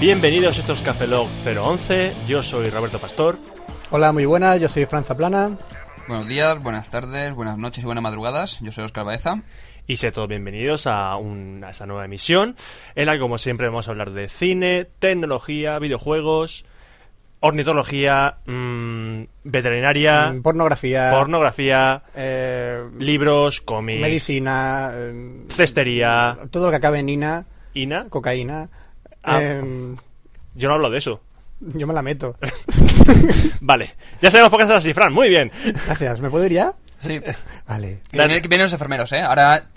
Bienvenidos a estos Café Log 011, yo soy Roberto Pastor. Hola, muy buenas, yo soy Franza Plana. Buenos días, buenas tardes, buenas noches y buenas madrugadas. Yo soy Oscar Baeza. Y sean todos bienvenidos a, un- a esta nueva emisión en la que, como siempre, vamos a hablar de cine, tecnología, videojuegos, ornitología, mm, Ah. veterinaria, Mm, Pornografía. pornografía, eh, libros, cómics, medicina. eh, cestería, todo lo que acabe en Ina, Ina. cocaína. Ah. eh, Yo no hablo de eso. yo me la meto. Vale, ya sabemos por qué hacer así, Fran, muy bien. Gracias, ¿me puedo ir ya? Sí. Vale. Que vienen, que vienen los enfermeros, ¿eh? Ahora,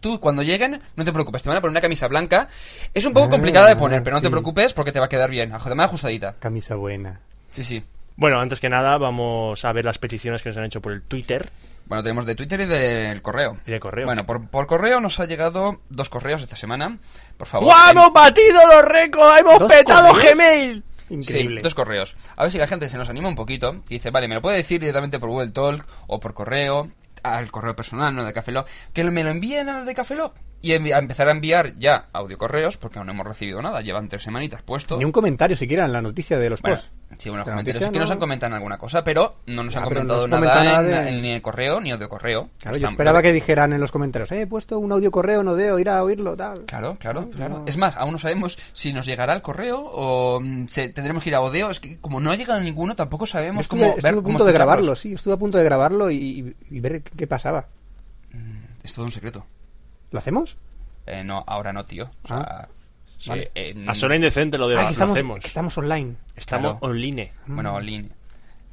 tú cuando lleguen, no te preocupes, te van a poner una camisa blanca. Es un poco Ah, complicada de poner, pero no te sí. preocupes porque te va a quedar bien. Además, ajustadita. Camisa buena. Sí, sí. Bueno, antes que nada, vamos a ver las peticiones que nos han hecho por el Twitter. Bueno, tenemos de Twitter y del correo. Y de correo. Bueno, por, por correo nos ha llegado dos correos esta semana. Por favor. ¡Guau, hemos batido los récords! ¡Hemos ¿Dos petado correos? Gmail! Increíble. Sí, dos correos. A ver si la gente se nos anima un poquito y dice, vale, me lo puede decir directamente por Google Talk o por correo, al correo personal, no de Café Lock, que me lo envíen al de Café Lock. Y envi- a empezar a enviar ya audio correos porque aún no hemos recibido nada, llevan tres semanitas puesto. Ni un comentario siquiera en la noticia de los Bueno, posts. sí, bueno, los La comentarios noticia es que nos no- han comentado alguna cosa, pero no nos Ah, han pero no comentado nos nada, comenta en- nada de- en- ni de correo ni audio correo. Claro, yo Están- esperaba que dijeran en los comentarios, eh, he puesto un audio correo, no debo ir a oírlo, tal. Claro, claro, No, claro. no. Es más, aún no sabemos si nos llegará el correo o mm, se- tendremos que ir a Odeo. Es que como no ha llegado ninguno, tampoco Yo sabemos estuve, cómo estuve ver a cómo punto de escucharlos. grabarlo, sí, estuve a punto de grabarlo y, y- y ver qué, qué pasaba. Es todo un secreto. ¿Lo hacemos? Eh, no, ahora no, tío. O sea, Ah. sí, Vale. eh, mm, A Sona Indecente lo, de, Ah, lo que estamos, hacemos. que estamos online. Estamos Claro. online. Bueno, Olin.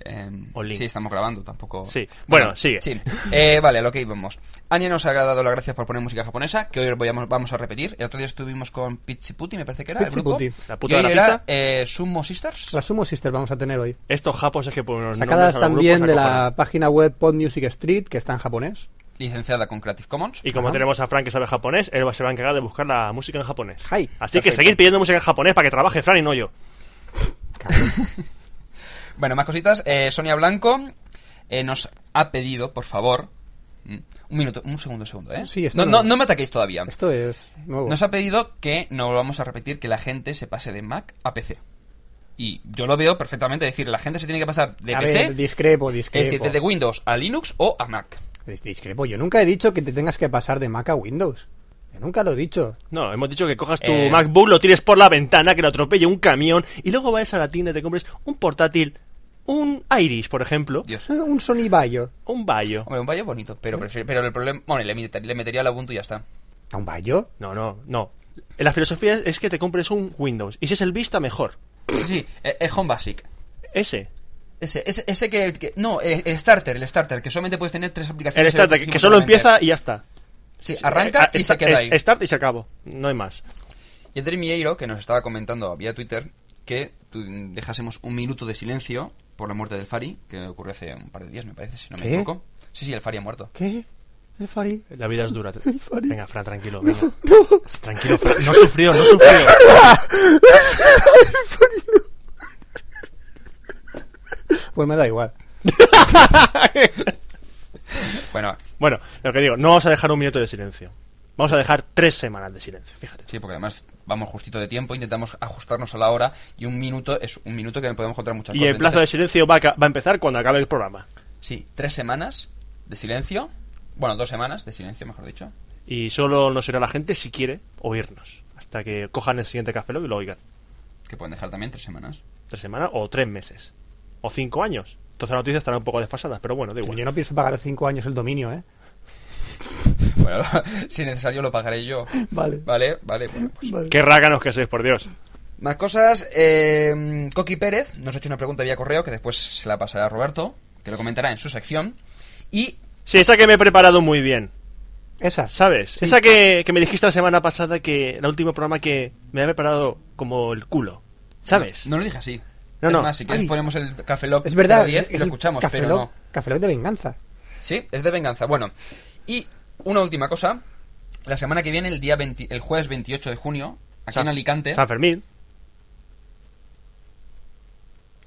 eh, Olin. Sí, estamos grabando, tampoco. Sí. Bueno, sigue. Sí. Eh, vale, a lo que íbamos. Anya nos ha dado las gracias por poner música japonesa, que hoy voy a- vamos a repetir. El otro día estuvimos con Pichiputi, me parece que era. el grupo. Pichiputi. La puta y de hoy la era, pizza. eh, Sumo Sisters. La Sumo Sister vamos a tener hoy. Estos japos es que ponen los nombres Sacadas a los también grupos, de acojonan. la página web Pod Music Street, que está en japonés. Licenciada con Creative Commons. Y como Ajá. tenemos a Fran que sabe japonés, él va- se va a encargar de buscar la música en japonés. Ay, Así que perfecto. seguir pidiendo música en japonés para que trabaje Fran y no yo. Bueno, más cositas. Eh, Sonia Blanco eh, nos ha pedido, por favor. mm, Un minuto, un segundo, un segundo, ¿eh? Sí, esto no, no, no- no me ataquéis todavía. Esto es nuevo. Nos ha pedido que no volvamos a repetir que la gente se pase de Mac a PC. Y yo lo veo perfectamente, es decir, la gente se tiene que pasar de a PC, ver, discrepo, es discrepo. decir, de Windows a Linux o a Mac. Es discrepo. Yo nunca he dicho que te tengas que pasar de Mac a Windows. Yo nunca lo he dicho. No, hemos dicho que cojas tu Eh. MacBook, lo tires por la ventana, que lo atropelle un camión y luego vayas a la tienda y te compres un portátil, un Iris, por ejemplo, Dios. Eh, Un Sony Bayo. o un Bayo. Hombre, un valle bonito, pero prefiero- pero el problema, bueno, le, meter- le metería la Ubuntu y ya está. ¿A un Bayo? No, no, no. La filosofía es que te compres un Windows. Y si es el Vista, mejor. Sí, Sí, eh, el Home Basic. Ese. Ese, ese, ese que, que- No, eh, el, el starter, el starter, que solamente puedes tener tres El aplicaciones. Start, que- que solo empieza y ya está. Sí, arranca Eh, y se eh, queda ahí. eh, Start y se acabó. No hay más. Y André Mieiro, que nos estaba comentando vía Twitter, que tu- dejásemos un minuto de silencio por la muerte del Fari, que ocurrió hace un par de días, me parece, si no me ¿Qué? equivoco. Sí, sí, el Fari ha muerto. ¿Qué? ¿El Fari? La vida es dura. Fari. Venga, Fran, tranquilo. venga. Tranquilo, Fran. No sufrió, no sufrió. Pues me da igual. Bueno, Bueno, lo que digo, no vamos a dejar un minuto de silencio. Vamos a dejar tres semanas de silencio, fíjate. sí, porque además vamos justito de tiempo, intentamos ajustarnos a la hora y un minuto es un minuto que podemos encontrar muchas Y cosas. el plazo de Entonces, silencio va a, ca- va a empezar cuando acabe el programa. Sí, tres semanas de silencio. Bueno, dos semanas de silencio, mejor dicho. Y solo nos irá la gente si quiere oírnos. Hasta que cojan el siguiente café Lock y lo oigan. Que pueden dejar también tres semanas. Tres semanas o tres meses. O cinco años. Entonces las noticias estarán un poco desfasadas, pero bueno, da igual. Yo no pienso pagar cinco años el dominio, ¿eh? Bueno, si necesario lo pagaré yo. Vale. Vale, vale. bueno, pues Vale. Qué ráganos que sois, por Dios. Más cosas. eh, Coqui Pérez nos ha hecho una pregunta vía correo que después se la pasará a Roberto, que lo comentará en su sección. Y Sí, esa que me he preparado muy bien. Esas. ¿Sabes? Sí. Esa que, que me dijiste la semana pasada que el último programa que me había preparado como el culo. ¿Sabes? No, no lo dije así. No, es no. más, si quieres Ay. ponemos el Café Lock Es verdad. cada 10 y es lo el escuchamos, Café pero Lock- no. Café Lock de venganza. Sí, es de venganza. Bueno, y una última cosa. La semana que viene, el día 20 el jueves 28 de junio, aquí San- en Alicante. San Fermín.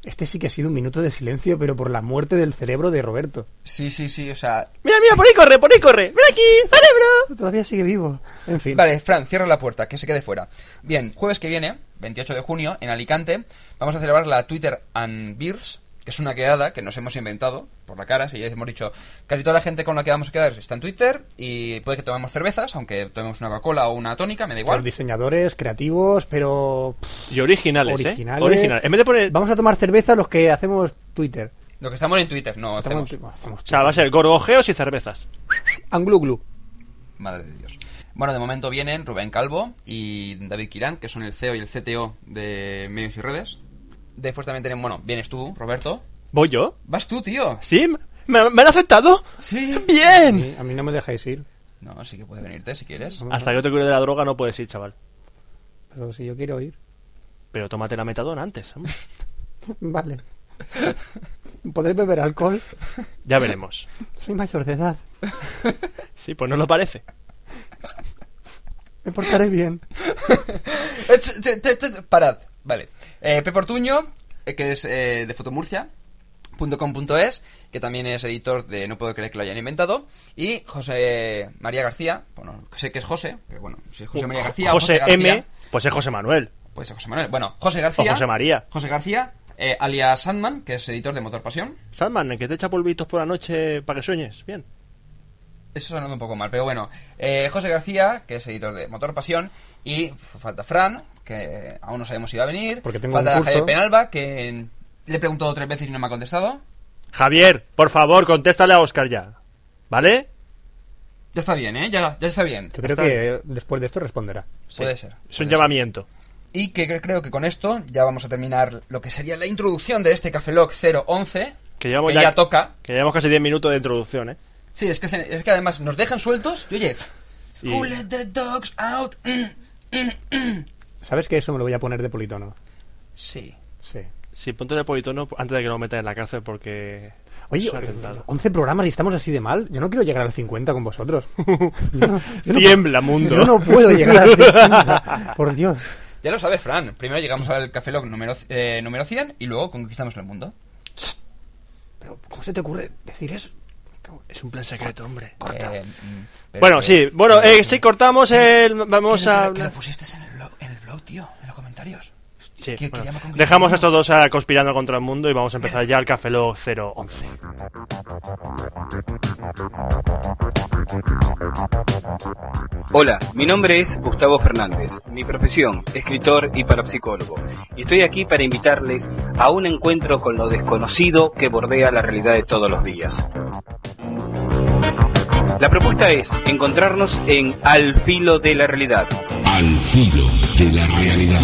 Este sí que ha sido un minuto de silencio, pero por la muerte del cerebro de Roberto. Sí, sí, sí, o sea... Mira, mira, por ahí corre, por ahí corre. Mira aquí, cerebro. Todavía sigue vivo. En fin. Vale, Fran, cierra la puerta, que se quede fuera. Bien, jueves que viene, 28 de junio, en Alicante, vamos a celebrar la Twitter and Beers, que es una quedada que nos hemos inventado por la cara, si ya hemos dicho, casi toda la gente con la que vamos a quedar está en Twitter y puede que tomemos cervezas, aunque tomemos una Coca-Cola o una tónica, me da Los igual. diseñadores, creativos, pero... pff, Y originales, originales. ¿eh? Originales. En vez de poner. Vamos a tomar cerveza los que hacemos Twitter. Lo que estamos en Twitter, no hacemos. Estamos- hacemos O sea, va a ser gorgojeos y cervezas. Angluglu. Madre de Dios. Bueno, de momento vienen Rubén Calvo y David Quirán, que son el CEO y el CTO de Medios y Redes. Después también tenemos, bueno, vienes tú, Roberto. ¿Voy yo? Vas tú, tío. ¿Sí? ¿Me, me han aceptado? Sí. A ¡Bien! mí, a mí no me dejáis ir. No, sí que puedes venirte si quieres. Hasta que yo te cure de la droga no puedes ir, chaval. Pero si yo quiero ir. Pero tómate la metadona antes. hombre. Vale. ¿Podré beber alcohol? Ya veremos. Soy mayor de edad. Sí, pues no lo parece. Me portaré bien. Eh, ch- ch- ch- ch- Parad. Vale. Eh, Pepe Ortuño, eh, que es eh, de fotomurcia.com.es, que también es editor de No puedo creer que lo hayan inventado. Y José María García, bueno, sé que es José, pero bueno, si es José María García o Uh, José, García, M, pues es José Manuel. Pues José Manuel. Bueno, José García. O José María. José García, eh, alias Sandman, que es editor de Motor Pasión. Salman, el que te echa polvitos por la noche para que sueñes. Bien. Eso sonando un poco mal, pero bueno. Eh, José García, que es editor de Motor Pasión. Y f- falta Fran, que aún no sabemos si va a venir. Porque tengo falta un curso. Javier Penalba, que le he preguntado tres veces y no me ha contestado. Javier, por favor, contéstale a Oscar ya. ¿Vale? Ya está bien, ¿eh? Ya, ya está bien. Yo creo que eh, después de esto responderá. Sí. Puede ser. Es puede un ser. llamamiento. Y que cre- creo que con esto ya vamos a terminar lo que sería la introducción de este Café Lock 011. Que llevamos ya... ya- toca. Que llevamos casi 10 minutos de introducción, ¿eh? Sí, es que, se- es que además nos dejan sueltos. Yo, Jeff. Y- Who let the dogs out? Mm, mm, mm. ¿Sabes que eso me lo voy a poner de politono? Sí. Sí. Sí, ponte de politono antes de que lo metas en la cárcel porque... Oye, es un atentado. 11 programas y estamos así de mal. Yo no quiero llegar al 50 con vosotros. No, yo no- Tiembla, mundo. Yo no puedo llegar al 50. Por Dios. Ya lo sabes, Fran. Primero llegamos al Café Lock número, eh, número 100 y luego conquistamos el mundo. Pero, ¿cómo se te ocurre decir eso? Me cago en- Es un plan secreto, hombre. Corta. Eh, mm, pero Bueno, que- sí. Bueno, que- eh, sí, cortamos el... Vamos que lo- a... que lo pusiste en el, blog, en el blog, tío, en los comentarios. Sí, que bueno. queríamos conquistar Dejamos el a estos dos a conspirando contra el mundo y vamos a empezar ya el Café Lock 011. Hola, mi nombre es Gustavo Fernández, mi profesión, escritor y parapsicólogo, y estoy aquí para invitarles a un encuentro con lo desconocido que bordea la realidad de todos los días. La propuesta es encontrarnos en Al Filo de la Realidad, Al filo de la realidad,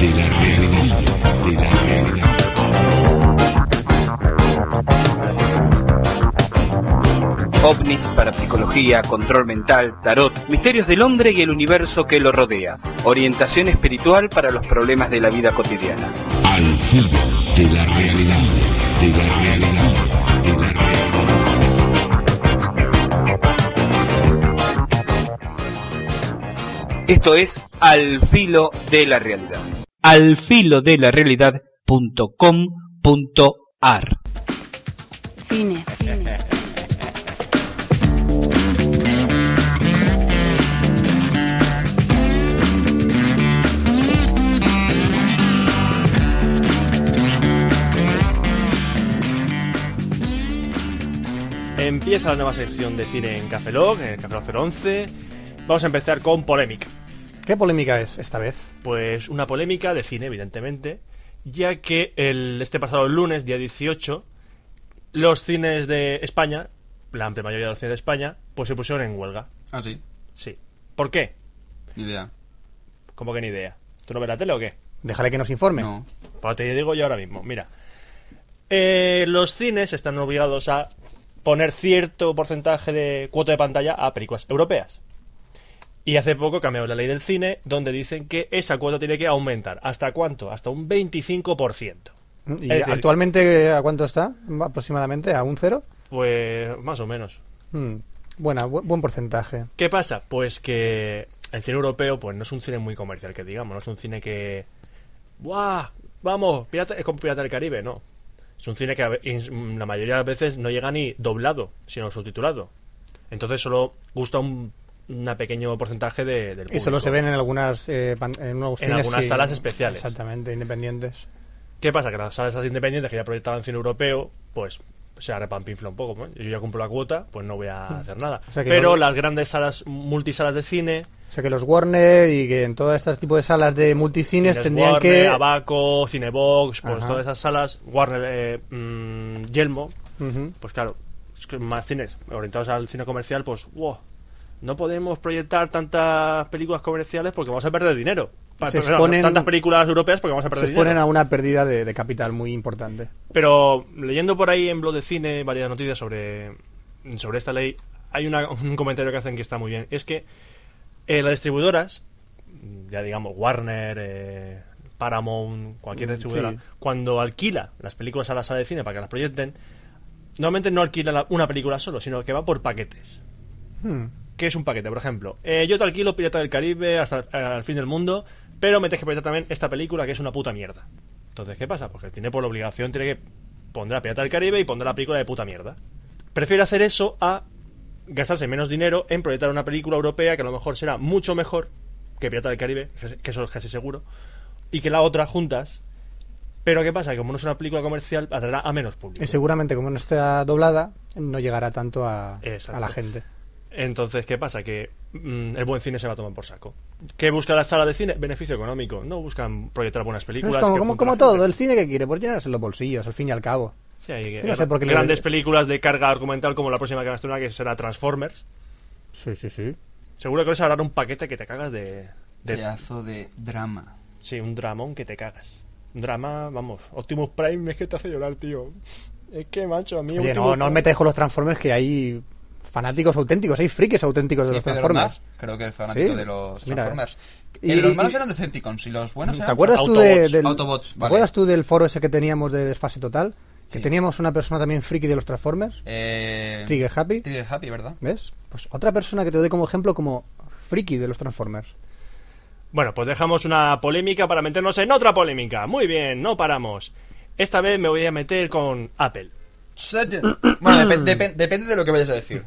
de la realidad, de la realidad. ovnis, parapsicología, control mental, tarot, misterios del hombre y el universo que lo rodea, orientación espiritual para los problemas de la vida cotidiana. Al filo de la realidad, de la realidad, de la realidad. Esto es Al Filo de la Realidad. Al Filo de la Realidad.com.ar Cine. cine. Empieza la nueva sección de cine en Café Lock, en el Café Lock 011. Vamos a empezar con polémica. ¿Qué polémica es esta vez? Pues una polémica de cine, evidentemente, ya que el, este pasado lunes, día 18, los cines de España, la amplia mayoría de los cines de España, pues se pusieron en huelga. Ah, sí. Sí. ¿Por qué? Ni idea. Como que ni idea. ¿Tú no ves la tele o qué? Déjale que nos informe. No. Pues te digo yo ahora mismo, mira. Eh, los cines están obligados a poner cierto porcentaje de cuota de pantalla a películas europeas. Y hace poco cambió la ley del cine donde dicen que esa cuota tiene que aumentar. ¿Hasta cuánto? Hasta un 25%. ¿Mm? ¿Y Es decir- actualmente a cuánto está? Aproximadamente, ¿a un cero? Pues más o menos. Mm, Buena, bu- buen porcentaje. ¿Qué pasa? Pues que el cine europeo pues no es un cine muy comercial, que digamos, no es un cine que... ¡Buah! Vamos, pirata, es como Pirata del Caribe, no. Es un cine que a ve- en la mayoría de las veces no llega ni doblado, sino subtitulado. Entonces solo gusta un una pequeño porcentaje de, del Y solo público. se ven en algunas eh, pan- en, unos En cines, algunas sí, salas especiales. Exactamente, independientes. ¿Qué pasa? Que las salas esas independientes que ya proyectaban cine europeo, pues se repampinfla un poco. ¿no? Yo ya cumplo la cuota, pues no voy a hacer nada. Hmm. O sea que Pero no- las grandes salas, multisalas de cine, O sea que los Warner y que en todas estas tipo de salas de multicines Cines tendrían Warner, que Abaco, Cinebox, pues Ajá. todas esas salas, Warner, eh, mm, Yelmo, Ujú. pues claro, es que más cines orientados al cine comercial, pues wow, no podemos proyectar tantas películas comerciales porque vamos a perder dinero. Pa- Se perdón, exponen- tantas películas europeas porque vamos a se perder exponen dinero. a una pérdida de, de capital muy importante. Pero leyendo por ahí en blog de cine varias noticias sobre, sobre esta ley, hay una- un comentario que hacen que está muy bien. Es que eh, las distribuidoras, ya digamos Warner, eh, Paramount, cualquier Mm, distribuidora, sí. cuando alquila las películas a la sala de cine para que las proyecten, normalmente no alquila la- una película solo, sino que va por paquetes. Hmm. ¿Qué es un paquete? Por ejemplo, eh, yo te alquilo Pirata del Caribe hasta el, al fin del mundo, pero me tienes que proyectar también esta película que es una puta mierda. Entonces, ¿qué pasa? Porque tiene por la obligación, tiene que pondrá Pirata del Caribe y pondrá la película de puta mierda. Prefiero hacer eso a gastarse menos dinero en proyectar una película europea que a lo mejor será mucho mejor que Pirata del Caribe, que- que eso es casi seguro, y que la otra juntas. Pero ¿qué pasa? Que como no es una película comercial, atraerá a menos público. Y seguramente como no está doblada, no llegará tanto a, Exacto. a la gente. Entonces, ¿qué pasa? Que mm, el buen cine se va a tomar por saco. ¿Qué busca la sala de cine? Beneficio económico. No buscan proyectar buenas Pero películas. es como, que como, junten a como gente. todo, el cine que quiere, por llenarse los bolsillos, al fin y al cabo. Sí, hay Yo no sé por qué le- grandes películas de carga argumental como la próxima que van a estrenar, que será Transformers. Sí, sí, sí. Seguro que vas a hablar un paquete que te cagas de... de- Pedazo de drama. Sí, un dramón que te cagas. Un drama, vamos, Optimus Prime es que te hace llorar, tío. Es que, macho, a mí... Oye, no, Optimus no os Prime- metáis con los Transformers que hay fanáticos auténticos, hay frikis auténticos de Sí, los Pedro Transformers. Aznar, creo que el fanático Sí, de los mira, Transformers. y- Eh, los y- malos y- eran Decepticons y los buenos eran... ¿Te acuerdas tú Autobots. de- del Autobots, ¿te vale. acuerdas tú del foro ese que teníamos de desfase total? Que Sí. teníamos una persona también friki de los Transformers, Eh, Trigger Happy. Trigger Happy, ¿verdad? ¿Ves? Pues otra persona que te doy como ejemplo como friki de los Transformers. Bueno, pues dejamos una polémica para meternos en otra polémica. Muy bien, no paramos. Esta vez me voy a meter con Apple. Bueno, depe- depe- depende de lo que vayas a decir.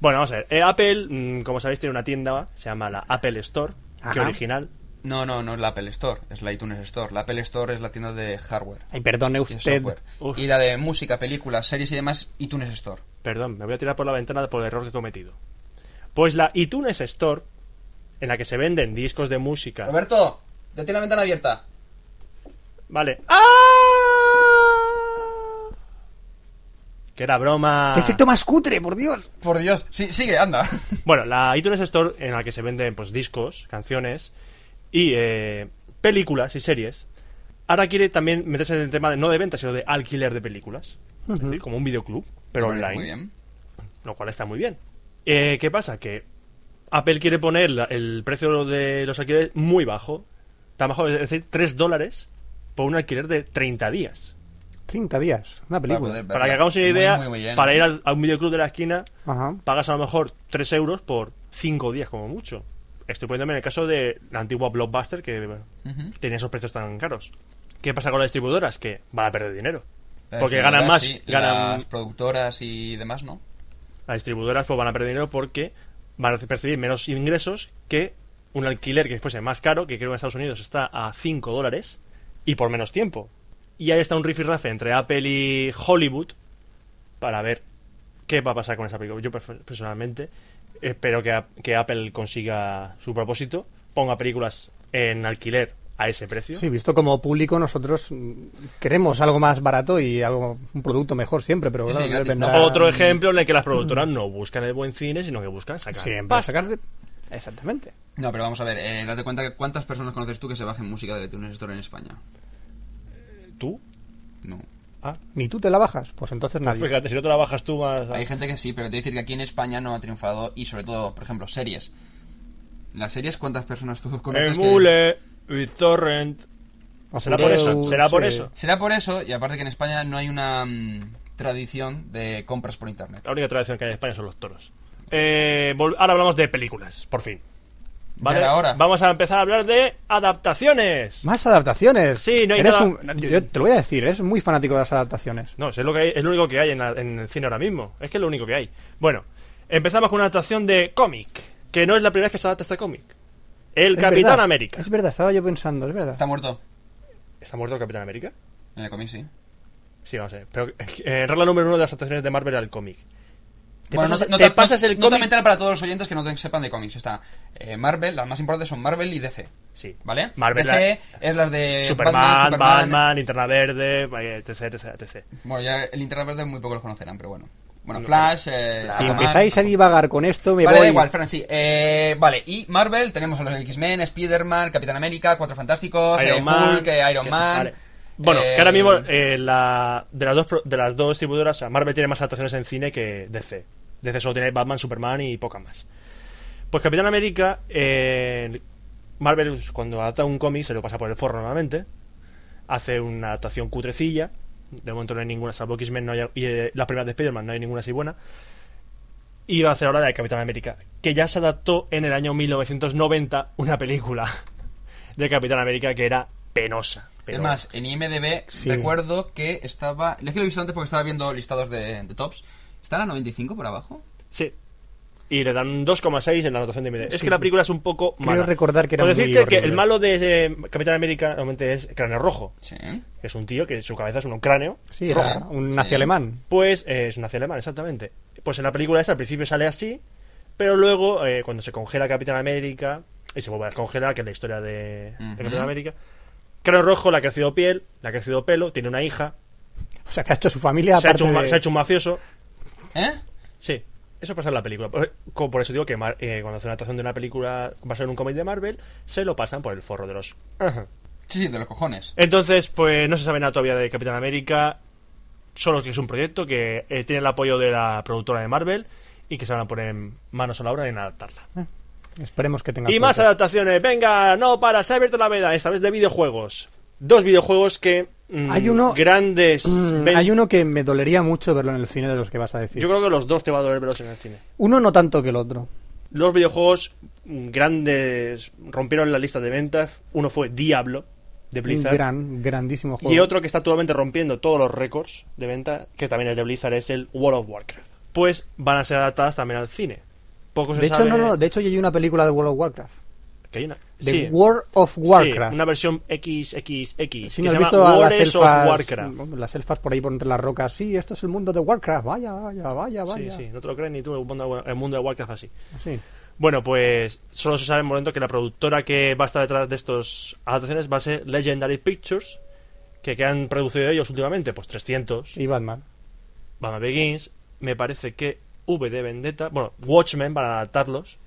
Bueno, vamos a ver. Eh, Apple, mm, como sabéis, tiene una tienda, se llama la Apple Store, que Ajá. original. No, no, no es la Apple Store, es la iTunes Store. La Apple Store es la tienda de hardware Ay, perdone y de usted. software. Uf. Y la de música, películas, series y demás, iTunes Store. Perdón, me voy a tirar por la ventana por el error que he cometido. Pues la iTunes Store, en la que se venden discos de música. Roberto, ya tiene la ventana abierta. Vale. ¡Ah! Que era broma. ¡Qué efecto más cutre, por Dios! Por Dios, sí, sigue, anda. Bueno, la iTunes Store en la que se venden pues discos, canciones y eh, películas y series. Ahora quiere también meterse en el tema de, no de venta, sino de alquiler de películas. Es decir, como un videoclub, pero Me parece online. Muy bien. lo cual está muy bien. Eh, ¿Qué pasa? Que Apple quiere poner la- el precio de los alquileres muy bajo. Tan bajo, es decir, 3 dólares por un alquiler de 30 días. 30 días, una película. poder ver. Para que hagamos una Muy, idea, muy bien. para ir al- a, un videoclub de la esquina, Ajá. pagas a lo mejor 3 euros por 5 días como mucho. Estoy poniéndome en el caso de la antigua Blockbuster que Ujú. tenía esos precios tan caros. ¿Qué pasa con las distribuidoras? Que van a perder dinero. Las Porque ganan más. sí, ganan... Las productoras y demás, ¿no? las distribuidoras pues van a perder dinero porque van a percibir menos ingresos que un alquiler que fuese más caro, que creo que en Estados Unidos está a 5 dólares y por menos tiempo. Y ahí está un rifirrafe entre Apple y Hollywood para ver qué va a pasar con esa película. Yo perfe- personalmente espero que, a- que Apple consiga su propósito, ponga películas en alquiler a ese precio. Sí, visto como público, nosotros mm, queremos algo más barato y algo un producto mejor siempre, pero Sí, claro, sí, que gratis, vendrá- ¿no? Otro ejemplo en el que las productoras no buscan el buen cine, sino que buscan sacar Siempre pasta. sacar de- Exactamente. No, pero vamos a ver, eh, date cuenta que cuántas personas conoces tú que se bajen música de iTunes Store en España. ¿Tú? No. Ah. Ni tú te la bajas, pues entonces nadie. Fíjate, si no te la bajas tú más. Hay gente que sí, pero te decir que aquí en España no ha triunfado y sobre todo, por ejemplo, series. Las series, ¿cuántas personas tú conoces? que- Emule, BitTorrent. Será por eso, Azureu, será por sí. eso. Será por eso, y aparte que en España no hay una mm, tradición de compras por internet. La única tradición que hay en España son los toros. Eh, vol- ahora hablamos de películas, por fin. Ya era hora. Vamos a empezar a hablar de adaptaciones. Más adaptaciones. Sí, no hay Eres nada- un- yo- yo te lo voy a decir, eres muy fanático de las adaptaciones. No, es lo, que hay- es lo único que hay en, la- en el cine ahora mismo. Es que es lo único que hay. Bueno, empezamos con una adaptación de cómic, que no es la primera vez que se adapta este cómic. El Es Capitán verdad, América. Es verdad, estaba yo pensando, es verdad. Está muerto. ¿Está muerto el Capitán América? En el cómic, sí. Sí, vamos a ver. Pero, eh, regla número uno de las adaptaciones de Marvel al cómic. Te Bueno, pasas, no, no te no- pasas el no te cómic- meterá para todos los oyentes que no te- sepan de cómics. Está eh, Marvel, las más importantes son Marvel y DC. Sí, ¿Vale? Marvel, DC es las de Superman, Eh, Batman, Batman, Superman. Linterna Verde, eh, etc, etc, etc. Bueno, ya el Internet Verde muy pocos los conocerán, pero bueno. Bueno, Flash, eh, Si Superman, empezáis a divagar con esto, me vale, voy. da igual, Fran, sí. Eh, vale, y Marvel, tenemos a los X-Men, Spider-Man, Capitán América, Cuatro Fantásticos, eh, Hulk, eh, Iron que- Man. vale. Bueno, eh, que ahora mismo eh, la, de, las dos, pro- de las dos distribuidoras, o sea, Marvel tiene más adaptaciones en cine que DC. DC solo tiene Batman, Superman y pocas más. Pues Capitán América, eh, Marvel cuando adapta un cómic se lo pasa por el forro normalmente, hace una adaptación cutrecilla, de momento no hay ninguna, salvo X-Men no hay- y eh, las primeras de Spider-Man no hay ninguna así buena, y va a hacer ahora la de Capitán América, que ya se adaptó en el año 1990 una película de Capitán América que era penosa. Es pero- más, en IMDB Sí. recuerdo que estaba. Es que lo he visto antes porque estaba viendo listados de, de tops. ¿Está la 95 por abajo? Sí. Y le dan un 2,6 en la anotación de media. Es que la película es un poco Creo mala. recordar que era Por muy decirte que horrible. el malo de, de Capitán América normalmente es Cráneo Rojo, Sí. que es un tío que su cabeza es un cráneo. Sí, era Rojo. un nazi alemán. Pues eh, es un nazi alemán, exactamente. Pues en la película esa al principio sale así, pero luego eh, cuando se congela Capitán América, y se vuelve a descongelar, que es la historia de, de Ujú. Capitán América, Cráneo Rojo le ha crecido piel, le ha crecido pelo, tiene una hija, O sea, que ha hecho su familia se ha, hecho un, aparte ma- de- se ha hecho un mafioso. ¿Eh? Sí, eso pasa en la película. Por, como por eso digo que Mar- eh, cuando hacen una adaptación de una película basada en un cómic de Marvel, se lo pasan por el forro de los... Ajá. Sí, sí, de los cojones. Entonces, pues no se sabe nada todavía de Capitán América, solo que es un proyecto que eh, tiene el apoyo de la productora de Marvel y que se van a poner manos a la obra en adaptarla. Esperemos que tenga Y suerte. más adaptaciones, venga, no para, se ha abierto la veda, esta vez de videojuegos. Dos videojuegos que... mm, Hay uno- Grandes... Mm, ven- Hay uno que me dolería mucho verlo en el cine de los que vas a decir. Yo creo que los dos te va a doler verlos en el cine. Uno no tanto que el otro. Los videojuegos mm, grandes rompieron la lista de ventas. Uno fue Diablo de Blizzard. Un gran, grandísimo juego. y otro que está actualmente rompiendo todos los récords de venta, que también es de Blizzard, es el World of Warcraft. Pues van a ser adaptadas también al cine. Poco se De hecho, sabe no, no, de hecho, ya hay una película de World of Warcraft. que hay una. De sí, World of sí, Warcraft. una versión XXX. que Sí, se ¿no has llama visto a las Warriors of elfas, Mm, Warcraft. las elfas por ahí por entre las rocas. Sí, esto es el mundo de Warcraft. Vaya, vaya, vaya, Sí, vaya. sí, no te lo crees ni tú, el mundo el mundo de Warcraft así. Sí. Bueno, pues solo se sabe en el momento que la productora que va a estar detrás de estos adaptaciones va a ser Legendary Pictures, que, que han producido ellos últimamente, pues 300, Y Batman. Batman Begins, me parece que V de Vendetta, bueno, Watchmen para adaptarlos,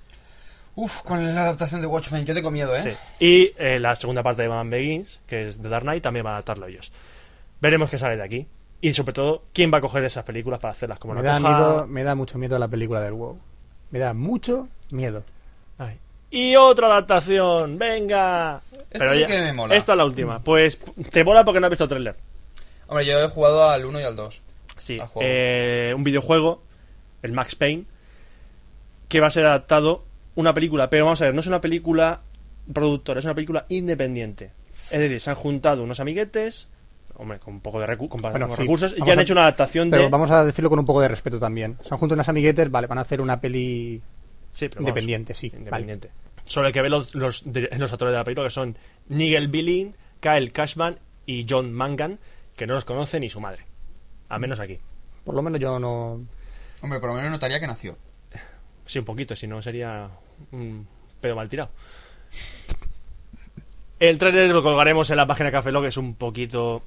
Uf, con la adaptación de Watchmen, yo tengo miedo, ¿eh? sí. y eh, la segunda parte de Batman Begins, que es The Dark Knight, también van a adaptarlo ellos. Veremos qué sale de aquí. Y sobre todo, ¿quién va a coger esas películas para hacerlas como me, la da coja- miedo, me da mucho miedo la película del WoW. Me da mucho miedo. Ay. Y otra adaptación, venga. sí que me mola. Esta es la última. Pues te mola porque no has visto el tráiler. Hombre, yo he jugado al 1 y al 2. Sí, Al juego. eh, un videojuego, el Max Payne, que va a ser adaptado una película, pero vamos a ver, no es una película productora, es una película independiente. Es decir, se han juntado unos amiguetes, hombre, con un poco de recu- con- Bueno, con sí, recursos, y vamos han a- hecho una adaptación Pero de... vamos a decirlo con un poco de respeto también. Son juntos unas amiguetes, vale, van a hacer una peli Sí, pero vamos, independiente, sí. vale. independiente. Solo hay que ver los, los, dir- los actores de la película, que son Nigel Billing, Kyle Cashman y John Mangan, que no los conoce ni su madre. A menos aquí. Por lo menos yo no. Hombre, por lo menos notaría que nació. Sí, un poquito, si no sería un pedo mal tirado. El trailer lo colgaremos en la página de Café Lock, que es un poquito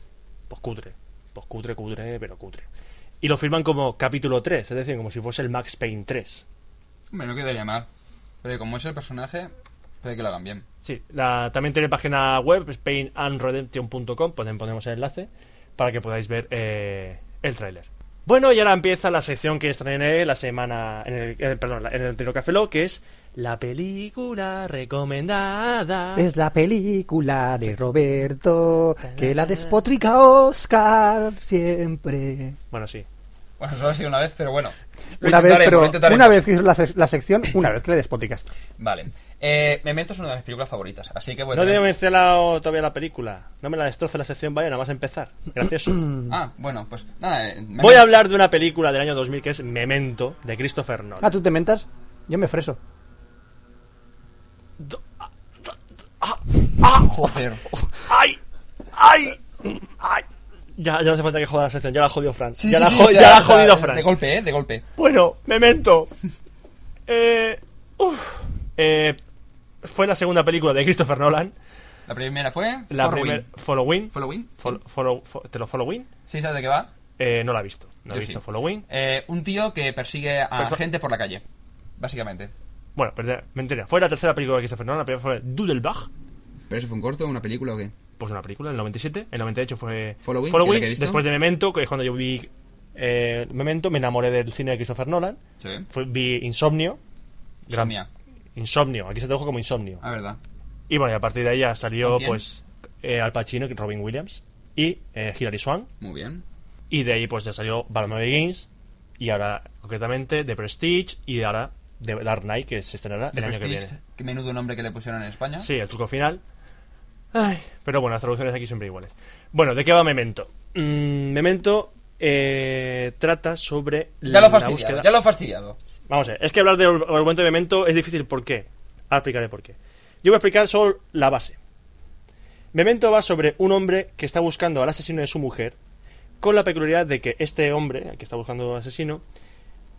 pues, cutre. Pues cutre, cutre, pero cutre. Y lo firman como capítulo 3, es decir, como si fuese el Max Payne 3. Hombre, no quedaría mal. Pero como es el personaje, puede que lo hagan bien. Sí, la- también tiene página web, spainandredemption.com, pues también ponemos el enlace. para que podáis ver eh, el tráiler. Bueno, y ahora empieza la sección que estrené la semana, en el, eh, perdón, en el anterior Café Lock, que es la película recomendada. Es la película de Roberto que la despotrica Oscar siempre. Bueno, sí. Bueno, solo ha sido una vez, pero bueno. Lo Una vez, intentaremos, lo pero intentaremos. una vez que hizo la, sec- la sección, una vez que le despotricaste. Vale. Eh, Memento es una de mis películas favoritas, así que voy a No te he tener- mencionado todavía la película. No me la destroce la sección, vaya, nada más empezar. Gracias. Ah, bueno, pues nada. eh, Memento- Voy a hablar de una película del año 2000 que es Memento, de Christopher Nolan. Ah, ¿tú te mentas? Yo me freso. Joder. ¡Ay! ¡Ay! ¡Ay! Ya, ya no hace falta que joda la sección, ya la jodió Fran. Sí, ya, sí, la sí, jo- o sea, ya la ha o sea, jodido De Fran. golpe, eh, de golpe. Bueno, Memento. Eh, uf. Eh, fue la segunda película de Christopher Nolan. La primera fue. La Following. primera. Following. Following. Fol- follow- fo- ¿Te lo following? ¿Sí sabes de qué va? Eh, no la he visto. No he Yo visto sí. following. Eh, un tío que persigue a Perso- gente por la calle, básicamente. Bueno, perdón, mentira. Fue la tercera película de Christopher Nolan. La primera fue Dudelbach. ¿Pero eso fue un corto, una película o qué? pues una película, en el 97. En el 98 fue Following, que es la que he visto. después de Memento, que es cuando yo vi eh, Memento, me enamoré del cine de Christopher Nolan. Sí. Fue- vi Insomnio. Gran- Insomnia. Insomnio, aquí se tradujo como Insomnio. Ah, verdad. Y bueno, y a partir de ahí ya salió ¿Con quién? pues eh, Al Pacino, Robin Williams y eh, Hilary Swank. Muy bien. Y de ahí pues ya salió Batman Begins y ahora concretamente The Prestige y ahora The Dark Knight, que se estrenará The el año que Prestige, ¿eh? viene. qué menudo nombre que le pusieron en España. Sí, el truco final. Ay, pero bueno, las traducciones aquí siempre iguales. Bueno, ¿de qué va Memento? Mm, Memento eh, trata sobre Ya lo la he fastidiado, búsqueda- ya lo he fastidiado. Vamos a ver, es que hablar del argumento de Memento es difícil. ¿Por qué? Ahora explicaré por qué. Yo voy a explicar solo la base. Memento va sobre un hombre que está buscando al asesino de su mujer, con la peculiaridad de que este hombre, al que está buscando al asesino,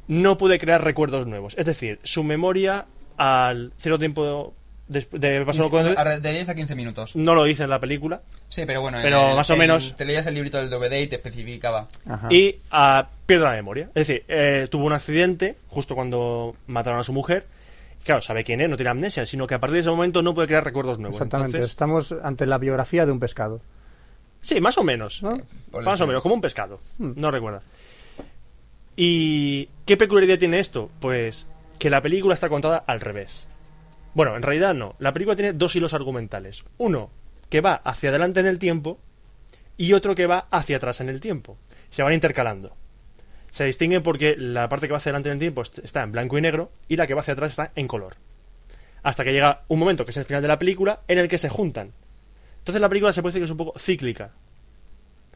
no puede crear recuerdos nuevos. Es decir, su memoria al cierto tiempo des- de pasado con él, Arre- De 10 a 15 minutos. no lo dice en la película. Sí, pero bueno. en Pero el- más o en- menos- Te leías el librito del DVD y te especificaba. Ajá. Y ah, pierde la memoria. Es decir, eh, tuvo un accidente justo cuando mataron a su mujer. Claro, sabe quién es, no tiene amnesia, sino que a partir de ese momento no puede crear recuerdos nuevos. Exactamente, Entonces- estamos ante la biografía de un pescado. sí, más o menos. ¿no? por el Más o estilo. menos, como un pescado. Hmm. No recuerda. ¿Y qué peculiaridad tiene esto? Pues que la película está contada al revés. Bueno, en realidad no. La película tiene dos hilos argumentales. Uno que va hacia adelante en el tiempo y otro que va hacia atrás en el tiempo. Se van intercalando. Se distinguen porque la parte que va hacia adelante en el tiempo est- está en blanco y negro y la que va hacia atrás está en color. Hasta que llega un momento, que es el final de la película, en el que se juntan. Entonces la película se puede decir que es un poco cíclica.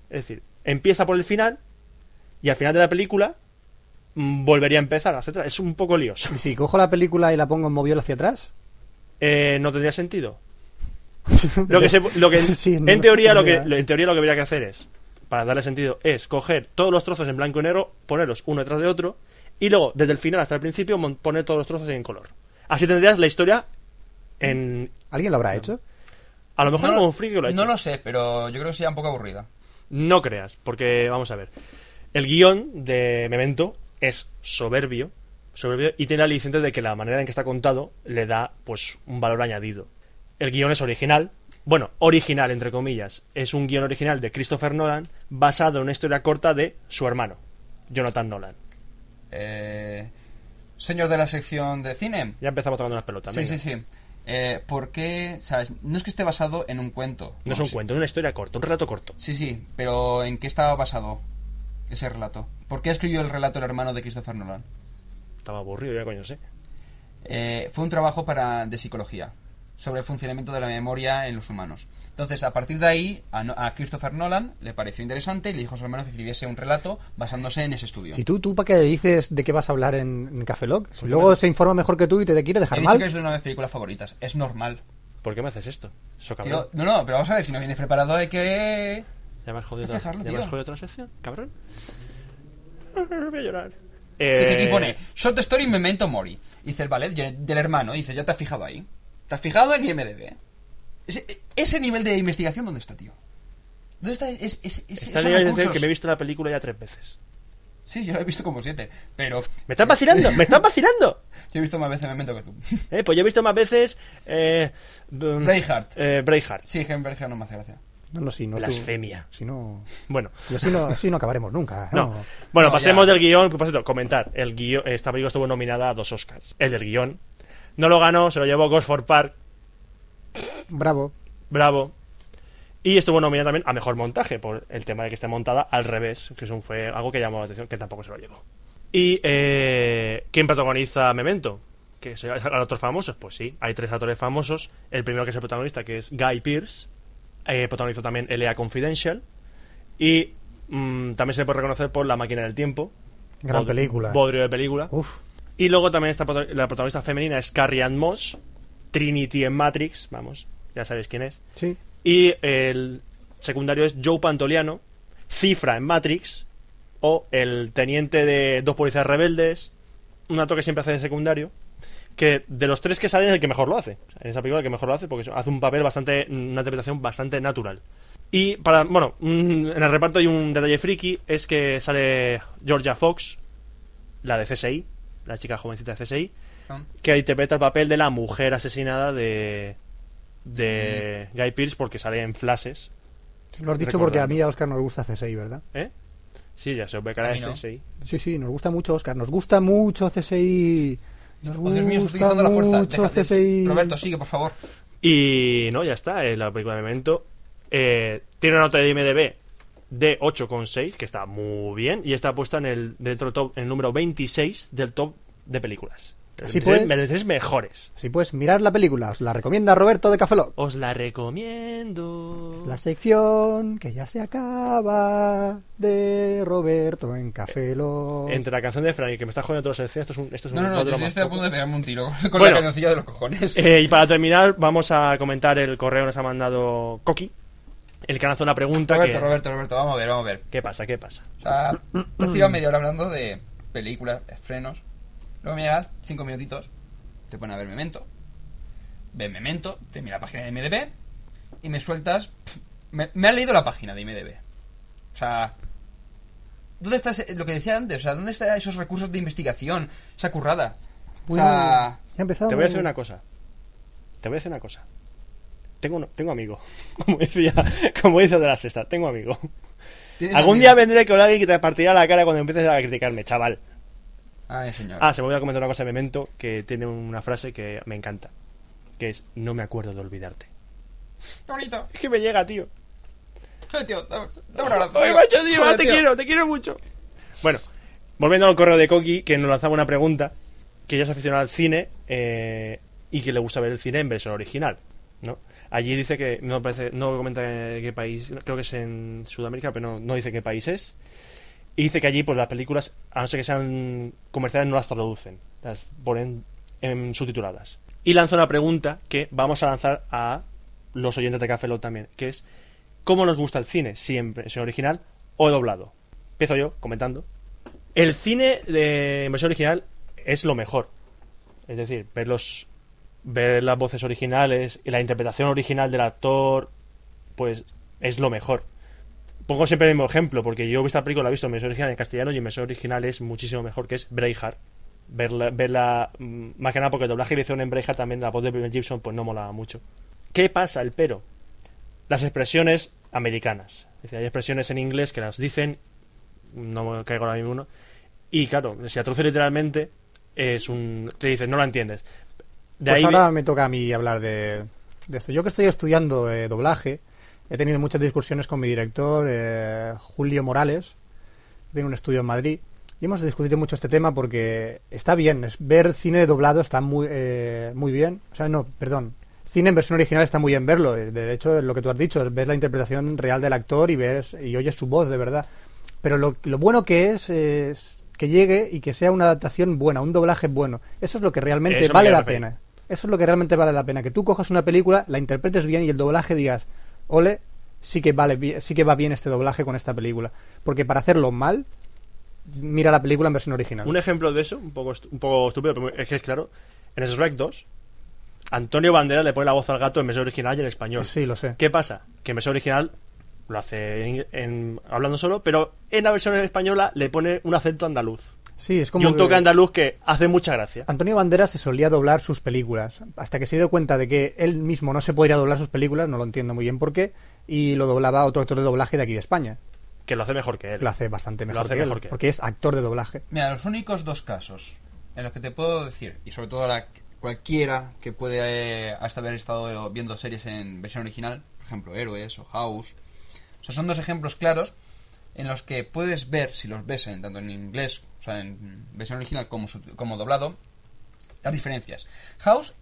Es decir, empieza por el final y al final de la película mm, volvería a empezar, etcétera. Es un poco lioso. Y si cojo la película y la pongo en moviola hacia atrás. Eh, no tendría sentido. Lo que, se- lo que- Sí, en, no, teoría es lo que verdad. lo- en teoría lo que habría que hacer es para darle sentido es coger todos los trozos en blanco y negro, ponerlos uno detrás de otro y luego desde el final hasta el principio mon- poner todos los trozos en color. Así tendrías la historia en ¿Alguien lo habrá hecho? a lo mejor lo- como un friki lo ha hecho. no lo sé, pero yo creo que sería un poco aburrida. No creas, porque vamos a ver. El guión de Memento es soberbio, soberbio y tiene la licencia de que la manera en que está contado le da pues un valor añadido. El guión es original, bueno, original entre comillas, es un guión original de Christopher Nolan basado en una historia corta de su hermano, Jonathan Nolan. Eh, señor de la sección de cine. Ya empezamos tocando las pelotas. sí, venga. sí, sí. Eh, ¿Por qué, sabes? No es que esté basado en un cuento. No es un sí. cuento, es una historia corta, un relato corto. Sí, sí, pero ¿en qué estaba basado ese relato? ¿Por qué escribió el relato el hermano de Christopher Nolan? Estaba aburrido, ya coño sé. Eh, fue un trabajo para, de psicología sobre el funcionamiento de la memoria en los humanos. Entonces, a partir de ahí, a, No- a Christopher Nolan le pareció interesante y le dijo a su hermano que escribiese un relato basándose en ese estudio. Si tú, tú, ¿para qué dices de qué vas a hablar en, en Café Lock? Pues Si luego se informa mejor que tú y te, quiere He dejar dicho que mal. es de una de mis películas favoritas. Es normal. ¿Por qué me haces esto? Eso Tío, cabrón. no, no, pero vamos a ver, si no vienes preparado hay Eh. que... Ya me has jodido, No otra- fijarlo, ya me tío. has jodido otra sección, cabrón. Voy a llorar. Sí, que aquí Eh, pone Short Story Memento Mori. Y dice el ballet del hermano. Y dice, ya te has fijado ahí. Te has fijado en IMDB. Ese, ese nivel de investigación, ¿dónde está, tío? ¿Dónde está es, es- es- Está esos bien decir recursos? que me he visto la película ya tres veces. Sí, yo lo he visto como siete. Pero. ¡Me están vacilando! ¡Me están vacilando! Yo he visto más veces Memento que tú. Eh, pues yo he visto más veces. Eh, mm, Braveheart. eh, Braveheart. sí, Hemberger no me hace gracia. No, no, si no. tú- Blasfemia. Si no. Bueno. si así no, así no acabaremos nunca. ¿eh? No. No. Bueno, Ah, No, pasemos ya. del guión. Por cierto, comentar. El guión, esta película estuvo nominada a dos Oscars. El del guión. No lo ganó, se lo llevó Ghost for Park. Bravo. Bravo. Y estuvo nominada también a mejor montaje por el tema de que está montada al revés, que es un- fue algo que llamó la atención, que tampoco se lo llevó. ¿Y eh, quién protagoniza Memento? Que es a a otros famosos, pues sí, hay tres actores famosos. El primero que es el protagonista, que es Guy Pearce, eh, protagonizó también LA Confidential. Y mm, también se le puede reconocer por La máquina del tiempo. Gran Bod- película. Bodrio de película. Uf. Y luego también está prota- la protagonista femenina es Carrie Ann Moss, Trinity en Matrix, vamos, ya sabéis quién es. Sí. Y el secundario es Joe Pantoliano, Cifra en Matrix, o el teniente de dos policías rebeldes, un acto que siempre hace de secundario, que de los tres que salen es el que mejor lo hace. O sea, En esa película el que mejor lo hace porque hace un papel bastante, una interpretación bastante natural. Y para, bueno, un- en el reparto hay un detalle friki, es que sale Georgia Fox, la de CSI, la chica jovencita de CSI, que interpreta el papel de la mujer asesinada de de Mm. Guy Pearce porque sale en flashes, Lo has dicho Recordando. porque a mí y a Oscar nos gusta CSI, ¿verdad? ¿eh? Sí, ya se os ve este, cara A de mí no. CSI. Sí, sí, nos gusta mucho Oscar. Nos gusta mucho CSI. Nos Oh, Dios mío, estoy gusta utilizando la fuerza. mucho Deja- CSI. Roberto, sigue, por favor. Y no, ya está, es la película de Memento. Eh, tiene una nota de IMDb de 8,6, que está muy bien, y está puesta en el dentro del top, en el número 26 del top de películas. Así Entonces, pues. mereces mejores. Sí, pues mirad la película. Os la recomienda Roberto de Cafeló. Os la recomiendo. La sección que ya se acaba de Roberto en Cafeló. Entre la canción de Frank, que me está jodiendo todas las escenas, esto es un, esto es No, un no, no, otro yo más estoy a poco. punto de pegarme un tiro con Bueno. la cancioncilla de los cojones. Eh, y para terminar, vamos a comentar el correo que nos ha mandado Coqui, el que lanzó una pregunta. Roberto, que- Roberto, Roberto, vamos a ver, vamos a ver. ¿Qué pasa? ¿Qué pasa? O sea, te has tirado media hora hablando de películas, estrenos. Luego me llegas cinco minutitos, te pone a ver Memento. Ves Memento, te mira la página de IMDb y me sueltas. pff, Me, me han leído la página de IMDb. O sea, ¿dónde está ese- lo que decía antes? O sea, ¿dónde están esos recursos de investigación? Esa currada. O Bueno, sea, ya empezamos. Te voy a decir una cosa. Te voy a decir una cosa. Tengo, uno- tengo amigo. Como decía, como dice de la sexta, tengo amigo. tienes Algún el- día vendré con alguien que te partirá la cara cuando empieces a criticarme, chaval. Ay, señor. Ah, se me voy a comentar una cosa de Memento que tiene una frase que me encanta. Que es, no me acuerdo de olvidarte. ¡Qué bonito! Es que me llega, tío. Joder, tío, dame, dame un abrazo. Ay, tío. macho, tío, Joder, te tío. quiero, te quiero mucho. Bueno, volviendo al correo de Coqui, que nos lanzaba una pregunta, que ella es aficionada al cine eh, y que le gusta ver el cine en versión original, ¿no? Allí dice que, no parece, no comenta eh, qué país, creo que es en Sudamérica, pero no, no dice qué país es. Y dice que allí, pues las películas, a no ser que sean comerciales, no las traducen, las ponen en subtituladas. Y lanza una pregunta que vamos a lanzar a los oyentes de Café Lock también, que es ¿Cómo nos gusta el cine? Siempre, versión original o doblado. Empiezo yo comentando. El cine de en versión original es lo mejor. Es decir, ver, los, ver las voces originales y la interpretación original del actor, pues es lo mejor. Pongo siempre el mismo ejemplo, porque yo he visto la película, la he visto en versión original en castellano y en versión original es muchísimo mejor que es Braveheart. Verla, verla mm, más que nada porque el doblaje que le hicieron en Braveheart también la voz de Mel Gibson pues no molaba mucho. ¿Qué pasa? El pero las expresiones americanas. Es decir, hay expresiones en inglés que las dicen, no me caigo ahora mismo uno, y claro, si la traduce literalmente, es un, te dicen, no la entiendes. De Pues ahí ahora vi- me toca a mí hablar de, de esto. Yo que estoy estudiando eh, doblaje, he tenido muchas discusiones con mi director, eh, Julio Morales, que tiene un estudio en Madrid, y hemos discutido mucho este tema porque está bien, es- ver cine doblado está muy, eh, muy bien, o sea, no, perdón, cine en versión original está muy bien verlo, eh, de hecho, lo que tú has dicho, es ver la interpretación real del actor y, ves, y oyes su voz de verdad. Pero lo, lo bueno que es es que llegue y que sea una adaptación buena, un doblaje bueno. Eso es lo que realmente Eso me vale quiero la referir. pena. Eso es lo que realmente vale la pena, que tú cojas una película, la interpretes bien y el doblaje digas, ole, sí que vale, bi- sí que va bien este doblaje con esta película, porque para hacerlo mal, mira la película en versión original. un ejemplo de eso, un poco, est- un poco estúpido, pero es que es claro, en Shrek 2, Antonio Banderas le pone la voz al gato en versión original y en español. Sí, lo sé. ¿Qué pasa? Que en versión original lo hace en- en- hablando solo, pero en la versión española le pone un acento andaluz. Sí, es como Y un que- toque andaluz que hace mucha gracia. Antonio Banderas se solía doblar sus películas, hasta que se dio cuenta de que él mismo no se podría doblar sus películas, no lo entiendo muy bien por qué, y lo doblaba otro actor de doblaje de aquí de España. Que lo hace mejor que él. Lo hace bastante Lo mejor, hace que él, mejor que él. porque es actor de doblaje. Mira, los únicos dos casos en los que te puedo decir, y sobre todo la, cualquiera que puede eh, hasta haber estado viendo series en versión original, por ejemplo Héroes o House, o sea, son dos ejemplos claros en los que puedes ver, si los ves en, tanto en inglés, o sea, en versión original como, su- como doblado, las diferencias. House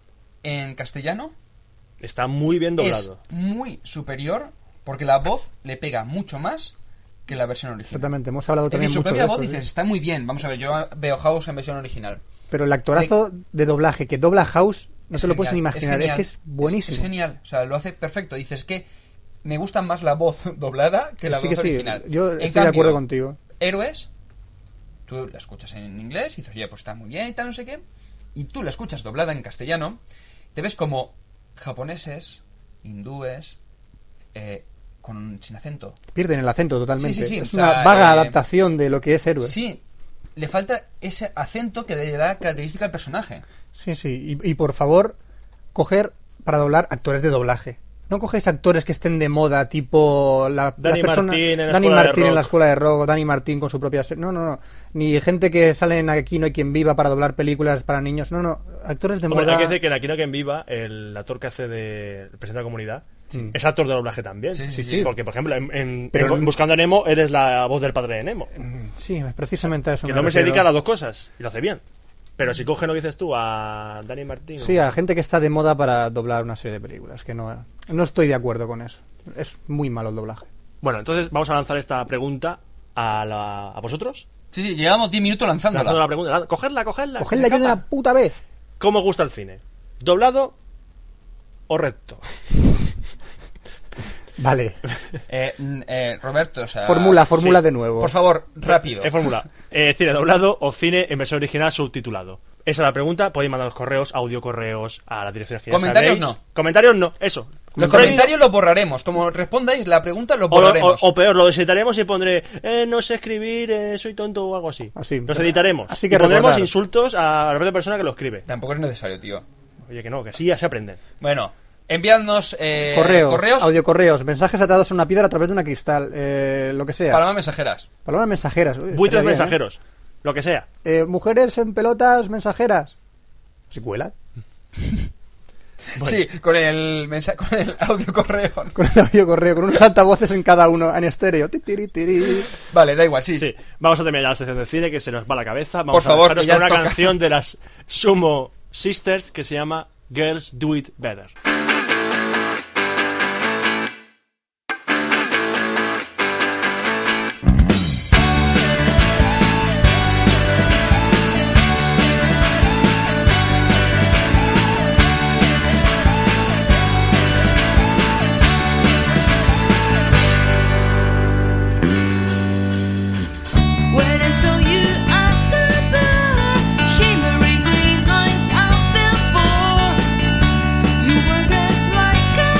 en castellano Está muy bien doblado. es muy superior porque la voz le pega mucho más que la versión original. Exactamente, hemos hablado Es también decir, su mucho de propia voz eso, dices, sí. está muy bien. Vamos a ver, yo veo House en versión original. Pero el actorazo de, doblaje que dobla House, no Es te lo puedes ni genial, imaginar, es, genial, que es buenísimo. Es, genial, o sea, lo hace perfecto. Dices que me gusta más la voz doblada que la sí voz que sí, original. yo En estoy de cambio, acuerdo contigo. Héroes, tú la escuchas en inglés y dices, oye, pues está muy bien y tal, no sé qué. Y tú la escuchas doblada en castellano, te ves como japoneses, hindúes, eh, con, sin acento. Pierden el acento totalmente. Sí, sí, sí, es o una sea, vaga eh, adaptación de lo que es héroe. Sí, le falta ese acento que le da característica al personaje. Sí, sí. Y, y por favor, coger para doblar actores de doblaje. No cogéis actores que estén de moda, tipo la, Dani la persona- Martín en la Dani Escuela de Martín en la Rock. escuela de rock, o Dani Martín con su propia. se- No, no, no. Ni gente que salen aquí no hay quien viva para doblar películas para niños. No, no. Actores de Hombre, moda. hay que decir que en Aquino Quien Viva, el actor que hace de Presenta Comunidad, Sí. es actor de doblaje también. Sí, sí, sí. Porque, por ejemplo, en, en- Pero en no- Buscando a Nemo eres la voz del padre de Nemo. Sí, precisamente a eso. Que me no me se refiero. dedica a las dos cosas y lo hace bien. Pero si coge, no dices tú, a Dani Martín. Sí, a gente que está de moda para doblar una serie de películas. Que no, no estoy de acuerdo con eso. Es muy malo el doblaje. Bueno, entonces vamos a lanzar esta pregunta a, la- a vosotros. Sí, sí, llevamos 10 minutos lanzándola. Lanzando la pregunta. lan- Cogedla, cogedla. Cogedla ya de escapa. una puta vez. ¿Cómo os gusta el cine? ¿Doblado o recto? Vale. Eh, mm, eh, Roberto, o sea... Fórmula, fórmula sí. Ah, de nuevo. Por favor, rápido. Es fórmula. Eh, cine doblado o cine en versión original subtitulado. Esa es la pregunta. Podéis mandar los correos, audio correos a las direcciones que ya Comentarios sabéis. no. Comentarios no. Eso. Los Premio- comentarios los borraremos. Como respondáis la pregunta, los O, lo- borraremos. o- o peor, lo editaremos y pondré eh, no sé escribir, eh, soy tonto o algo así. Así. Los editaremos. Así que y pondremos recordar. insultos a la red de persona que lo escribe. Tampoco es necesario, tío. Oye, que no, que sí, ya se aprenden. Bueno, enviadnos eh, correos, audiocorreos, mensajes atados a una piedra a través de una cristal, eh, lo que sea. palabras mensajeras. Palabras mensajeras. uy, Buitres ¿eh? estaría bien, mensajeros. Lo que sea. ¿eh? Eh, mujeres en pelotas mensajeras. ¿Se cuela? Sí, con el, mensa- con el audio correo. Con el audiocorreo, con unos altavoces en cada uno, en estéreo. Ti, tiri, tiri. Vale, da igual, sí. Sí, vamos a terminar ya la sección de cine que se nos va la cabeza. Vamos Por favor, a dejaros que ya con una toca. canción de las Sumo Sisters que se llama Girls Do It Better. When I saw you at the bar, shimmering green eyes, I fell for. You were the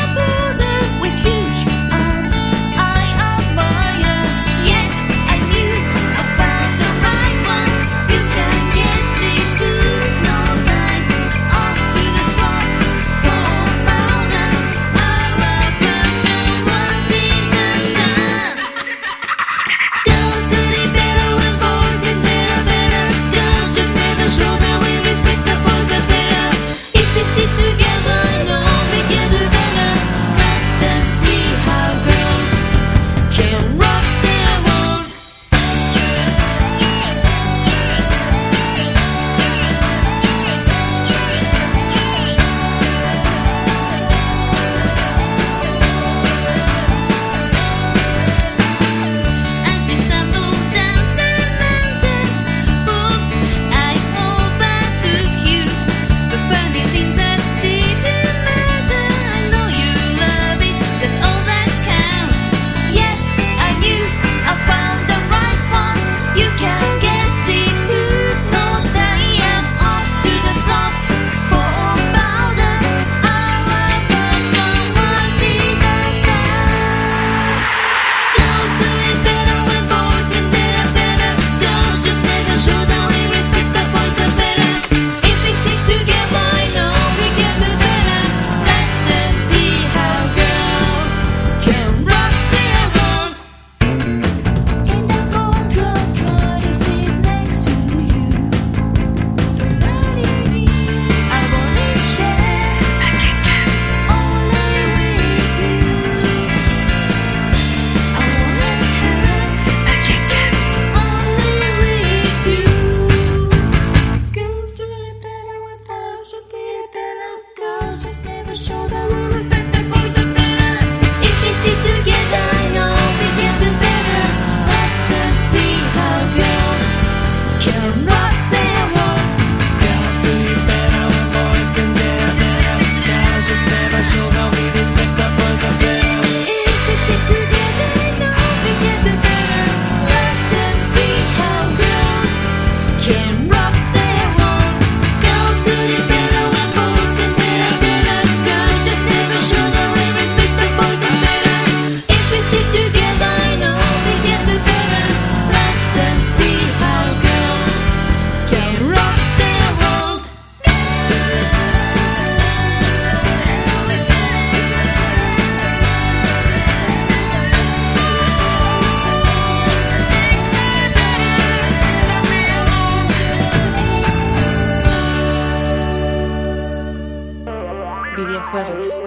Videojuegos.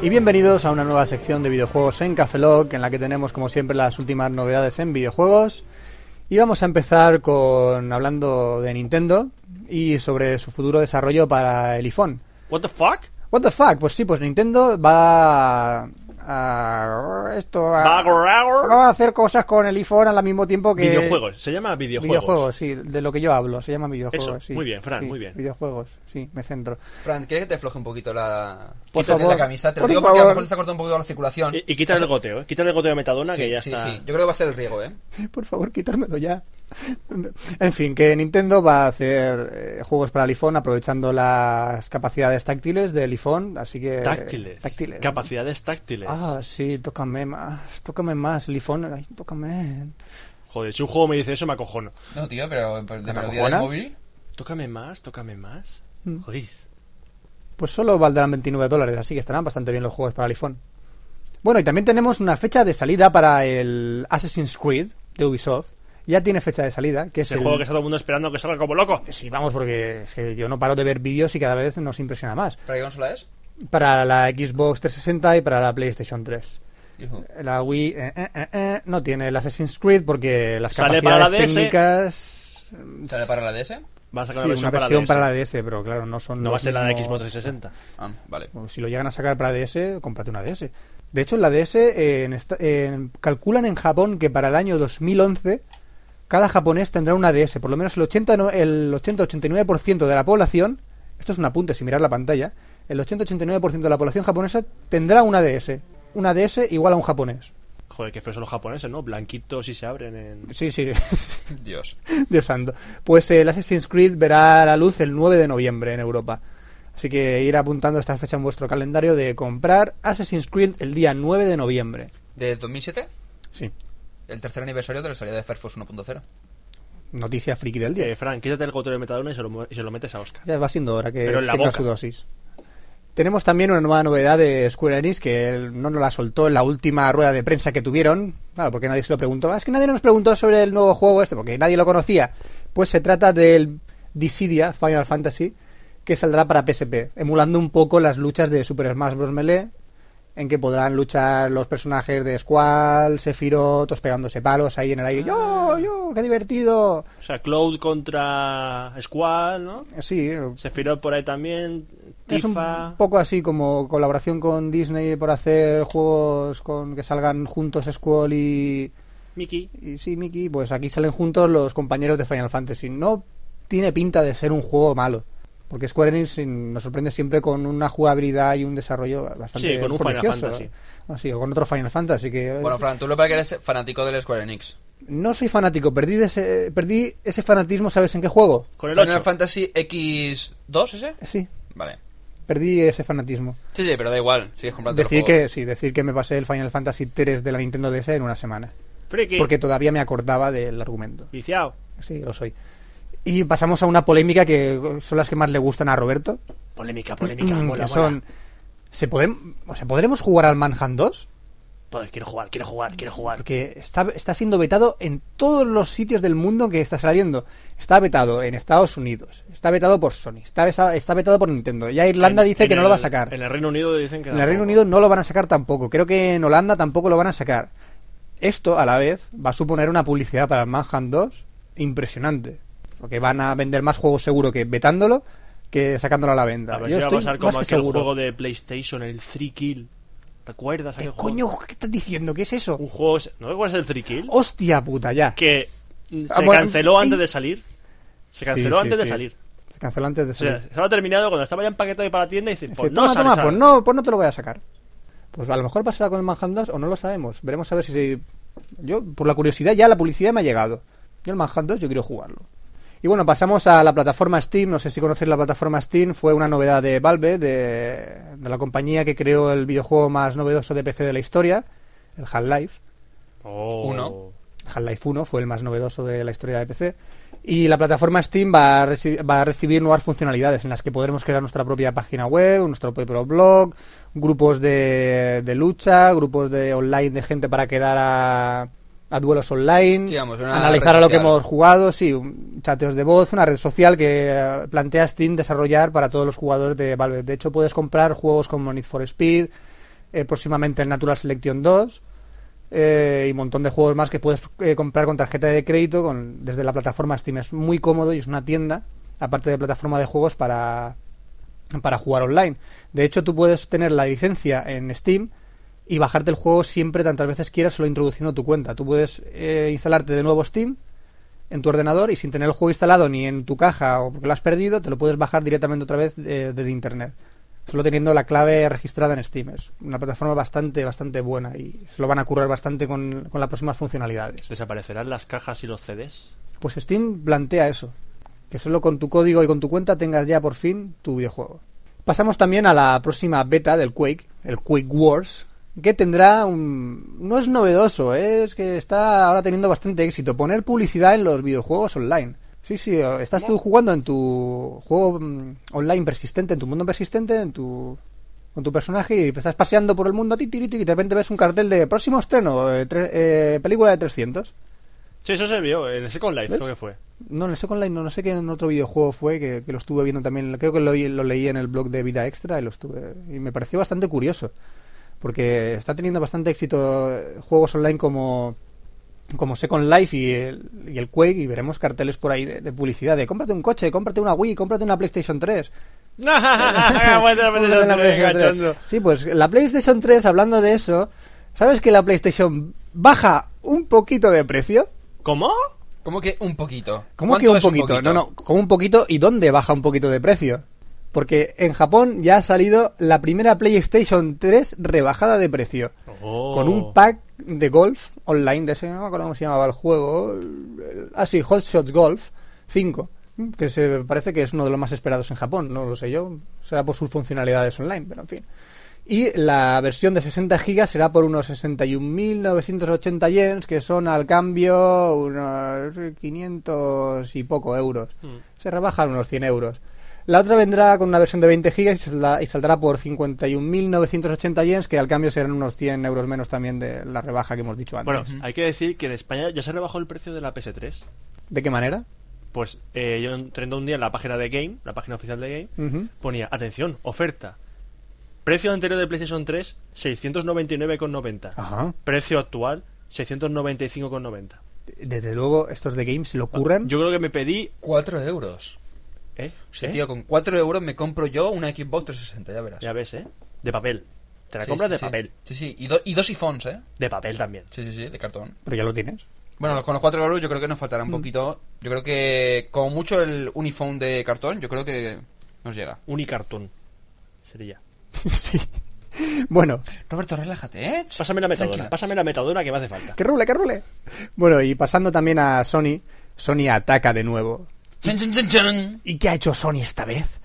Y bienvenidos a una nueva sección de videojuegos en Cafeloc, en la que tenemos como siempre las últimas novedades en videojuegos. Y vamos a empezar con hablando de Nintendo y sobre su futuro desarrollo para el iPhone. ¿What the fuck? What the fuck? Pues sí, pues Nintendo va a, a- esto Ah. a- Va a gorrar. va a hacer cosas con el iPhone al mismo tiempo que Videojuegos, se llama videojuegos. videojuegos, sí, de lo que yo hablo, se llaman videojuegos. Eso, sí. muy bien, Fran, Sí, muy bien. Videojuegos, sí, me centro. Fran, ¿quieres que te afloje un poquito la, Por quítate favor, la camisa? Te lo por digo porque a lo favor. mejor te está cortando un poquito la circulación. Y, y quitar el goteo, ¿eh? Quitar el goteo de metadona Sí, que ya sí, está. sí. Yo creo que va a ser el riego, ¿eh? Por favor, quitármelo ya. En fin, que Nintendo va a hacer eh, juegos para el iPhone aprovechando las capacidades táctiles del iPhone, así que... Táctiles. Táctiles. Capacidades táctiles. Ah, sí, tócame más, tócame más el iPhone, ay, tócame. Joder, si un juego me dice eso, me acojono. No, tío, pero, pero de ¿Te melodía del acojonas? móvil. Tócame más, tócame más. Mm. Joder. Pues solo valdrán 29 dólares, así que estarán bastante bien los juegos para el iPhone. Bueno, y también tenemos una fecha de salida para el Assassin's Creed de Ubisoft. Ya tiene fecha de salida, que es Ese el... juego que está todo el mundo esperando que salga como loco. Sí, vamos, porque es que yo no paro de ver vídeos y cada vez nos impresiona más. ¿Para qué consola es? Para la Xbox 360 y para la PlayStation 3. Hijo. La Wii eh, eh, eh, eh, no tiene el Assassin's Creed porque las Sale para la capacidades DS. técnicas. eh, ¿Sale para la DS? Va a sacar sí, una versión, una para, versión DS. para la DS, pero claro, no son. No va a los ser la de Xbox mismos- 360. Ah, vale. Bueno, Pues Si lo llegan a sacar para DS, cómprate una DS. De hecho, en la DS eh, en esta- en- calculan en Japón que para el año 2011 cada japonés tendrá una DS. Por lo menos el 80 no- el 80-89% de la población, esto es un apunte si mirar la pantalla, el 80-89% de la población japonesa tendrá una DS. Una DS igual a un japonés. Joder, que feos son los japoneses, ¿no? Blanquitos y se abren en... Sí, sí, Dios. Dios santo. Pues eh, el Assassin's Creed verá la luz el 9 de noviembre en Europa. Así que ir apuntando esta fecha en vuestro calendario de comprar Assassin's Creed el día 9 de noviembre. ¿De 2007? Sí. El tercer aniversario de la salida de Firefox 1.0. Noticia friki del día. Eh, Fran, quítate el goteo de metadona y se lo, mue- y se lo metes a Oscar. Ya va siendo hora que Pero en la tenga boca. su dosis. Tenemos también una nueva novedad de Square Enix que él no nos la soltó en la última rueda de prensa que tuvieron. Claro, porque nadie se lo preguntó. Ah, Es que nadie nos preguntó sobre el nuevo juego este, porque nadie lo conocía. Pues se trata del Dissidia Final Fantasy, que saldrá para PSP, emulando un poco las luchas de Super Smash Bros. Melee, en que podrán luchar los personajes de Squall, Sephiroth, todos pegándose palos ahí en el aire. ¡Yo, yo! ¡Qué divertido! O sea, Cloud contra Squall, ¿no? Sí, Sephiroth por ahí también. Es un Tifa. poco así como colaboración con Disney por hacer juegos con que salgan juntos Squall y, Mickey. y sí, Mickey, pues aquí salen juntos los compañeros de Final Fantasy. No tiene pinta de ser un juego malo, porque Square Enix mm, nos sorprende siempre con una jugabilidad y un desarrollo bastante Sí, con un Final prodigioso. Fantasy. Así, o con otro Final Fantasy que eh, Bueno, Fran, tú lo que eres fanático del Square Enix. no soy fanático, perdí de ese, perdí ese fanatismo, ¿sabes en qué juego? Con el Final 8. Fantasy X2 ese? Sí, Vale. perdí ese fanatismo. Sí, sí, pero da igual. Sigues comprando Decir el juego. que sí, decir que me pasé el Final Fantasy 3 de la Nintendo DS en una semana. Friki. porque todavía me acordaba del argumento. Viciado. Sí, lo soy. Y pasamos a una polémica que son las que más le gustan a Roberto. Mm, Polémica, polémica. mola, mola. que son. ¿se, podrem- o sea, ¿Podremos jugar al Manhunt 2? Joder, quiero jugar, quiero jugar, quiero jugar. Porque está, está siendo vetado en todos los sitios del mundo que está saliendo. Está vetado en Estados Unidos, está vetado por Sony, está, besa- está vetado por Nintendo. Ya Irlanda En- dice en que no lo va a el- sacar. En el Reino Unido dicen que En el Reino Unido no lo van a sacar tampoco. Creo que en Holanda tampoco lo van a sacar. Esto, a la vez, va a suponer una publicidad para el Manhunt 2 impresionante. Porque van a vender más juegos seguro que vetándolo que sacándolo a la venta. A Yo ver si va a estoy pasar más como que aquel seguro. juego de PlayStation, el 3 Kill. ¿Recuerdas ¿Qué aquel coño juego? qué estás diciendo? ¿Qué es eso? Un juego. ¿No recuerdas el 3 Kill? Hostia puta, ya. Que mm, Ah, se bueno, canceló y- antes de salir. Se canceló sí, antes de sí. salir. Se canceló antes de O sea, salir. se lo ha terminado cuando estaba ya empaquetado y para la tienda y dice, Dice, pues no toma, sale, toma, sale". pues no, pues no te lo voy a sacar. Pues a lo mejor pasará con el Manhunt 2 o no lo sabemos. Veremos a ver si... se- Yo, por la curiosidad, ya la publicidad me ha llegado. Yo el Manhunt 2 yo quiero jugarlo. Y bueno, pasamos a la plataforma Steam. No sé si conocéis la plataforma Steam. Fue una novedad de Valve, de, de la compañía que creó el videojuego más novedoso de PC de la historia, el Half-Life. Oh. Uno. Half-Life 1 fue el más novedoso de la historia de PC. Y la plataforma Steam va a, reci- va a recibir nuevas funcionalidades en las que podremos crear nuestra propia página web, nuestro propio blog, grupos de, de lucha, grupos de online de gente para quedar a, a duelos online, Sí, vamos, una analizar red a lo que social. hemos jugado, sí, un- chateos de voz, una red social que eh, plantea Steam desarrollar para todos los jugadores de Valve. De hecho, puedes comprar juegos como Need for Speed, eh, próximamente el Natural Selection 2 eh, y un montón de juegos más que puedes eh, comprar con tarjeta de crédito con, desde la plataforma Steam. Es muy cómodo y es una tienda, aparte de plataforma de juegos para, para jugar online. De hecho, tú puedes tener la licencia en Steam y bajarte el juego siempre tantas veces quieras, solo introduciendo tu cuenta. Tú puedes eh, instalarte de nuevo Steam en tu ordenador y sin tener el juego instalado ni en tu caja o porque lo has perdido, te lo puedes bajar directamente otra vez eh, desde internet. Solo teniendo la clave registrada en Steam. Es una plataforma bastante, bastante buena y se lo van a currar bastante con, con las próximas funcionalidades. ¿Desaparecerán las cajas y los CDs? Pues Steam plantea eso. Que solo con tu código y con tu cuenta tengas ya por fin tu videojuego. Pasamos también a la próxima beta del Quake, el Quake Wars, que tendrá un... No es novedoso, ¿eh? es que está ahora teniendo bastante éxito. Poner publicidad en los videojuegos online. Sí, sí, eh, estás tú jugando en tu juego mm, online persistente, en tu mundo persistente, en tu... Con tu personaje y estás paseando por el mundo ti, ti, ti, y de repente ves un cartel de próximo estreno, eh, tre- eh, película de 300. Sí, eso se vio en el Second Life, creo que fue. No, en el Second Life no, no sé qué en otro videojuego fue, que, que lo estuve viendo también, creo que lo, lo leí en el blog de Vida Extra y lo estuve y me pareció bastante curioso, porque está teniendo bastante éxito eh, juegos online como, como Second Life y el, y el Quake y veremos carteles por ahí de, de publicidad de cómprate un coche, cómprate una Wii, cómprate una PlayStation 3. Cómprate la PlayStation 3. Sí, pues la PlayStation 3, hablando de eso, ¿sabes que la PlayStation baja un poquito de precio? ¿Cómo? ¿Cómo que un poquito? ¿Cómo ¿Cuánto que un es poquito? No, no, como un poquito y dónde baja un poquito de precio. Porque en Japón ya ha salido la primera PlayStation 3 rebajada de precio. Oh. Con un pack de golf online de ese, no me acuerdo cómo se llamaba el juego. el- Ah, sí, Hot Shots Golf 5. Que se parece que es uno de los más esperados en Japón, no lo sé yo. Será por sus funcionalidades online, pero en fin. Y la versión de 60 gigas será por unos 61.980 yens, que son al cambio unos 500 y poco euros. Se rebajan unos 100 euros. La otra vendrá con una versión de 20 gigas y, salda- y saldrá por 51.980 yens, que al cambio serán unos 100 euros menos también de la rebaja que hemos dicho antes. Bueno, hay que decir que en España ya se rebajó el precio de la PS3. ¿De qué manera? Pues eh, yo entré un día en la página de Game, la página oficial de Game, Ujú. ponía, atención, oferta. Precio anterior de PlayStation 3, 699,90. Ajá. Precio actual, 695,90. Desde luego, estos de games lo curran. Yo creo que me pedí... 4 euros. ¿Eh? O sea, ¿Eh? tío, con 4 euros me compro yo una Xbox 360, ya verás. Ya ves, ¿eh? De papel. Te la Sí, compras sí, de sí. papel. Sí, sí, y, do- y dos iPhones, ¿eh? De papel también. Sí, sí, sí, de cartón. Pero ya lo tienes. Bueno, los- con los 4 euros yo creo que nos Mm. faltará un poquito. Yo creo que, como mucho, el uniforme de cartón, yo creo que nos llega. Unicartón. Sería. sí. Bueno, Roberto, relájate, ¿eh? Pásame la metadona. Tranquila. Pásame la metadona que me hace falta. que rule, que rule. Bueno, y pasando también a Sony, Sony ataca de nuevo. Chan, chan, chan, chan. ¿Y qué ha hecho Sony esta vez?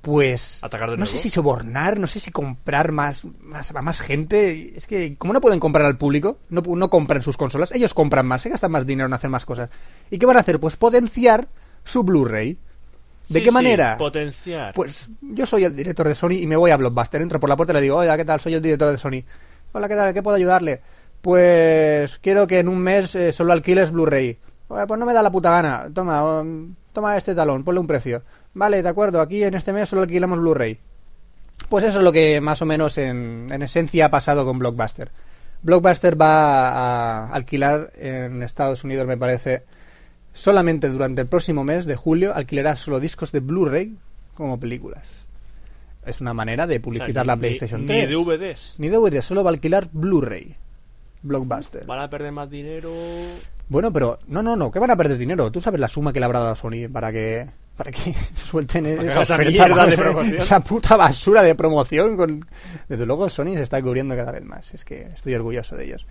Pues Atacar de no nuevo. sé si sobornar, no sé si comprar más, más a más gente. Es que como no pueden comprar al público, no, pu- no compran sus consolas, ellos compran más, se gastan más dinero en hacer más cosas. ¿Y qué van a hacer? Pues potenciar su Blu-ray. ¿De Sí, qué sí, manera? Potenciar. Pues yo soy el director de Sony y me voy a Blockbuster. Entro por la puerta y le digo, hola, ¿qué tal? Soy el director de Sony. Hola, ¿qué tal? ¿Qué puedo ayudarle? Pues quiero que en un mes eh, solo alquiles Blu-ray. "Oye, Pues no me da la puta gana. Toma, um, toma este talón, ponle un precio. Vale, de acuerdo, aquí en este mes solo alquilamos Blu-ray. Pues eso es lo que más o menos en, en esencia ha pasado con Blockbuster. Blockbuster va a alquilar en Estados Unidos, me parece, solamente durante el próximo mes de julio, alquilará solo discos de Blu-ray como películas. Es una manera de O sea, publicitar ni- la PlayStation ni, 3. Ni DVDs. Ni DVD, solo va a alquilar Blu-ray. Blockbuster. Van a perder más dinero. Bueno, pero no, no, no, que van a perder dinero. Tú sabes la suma que le habrá dado a Sony para que para que suelten que esa, haga esa oferta, mierda vamos, de promoción. esa puta basura de promoción con desde luego Sony se está cubriendo cada vez más. Es que estoy orgulloso de ellos.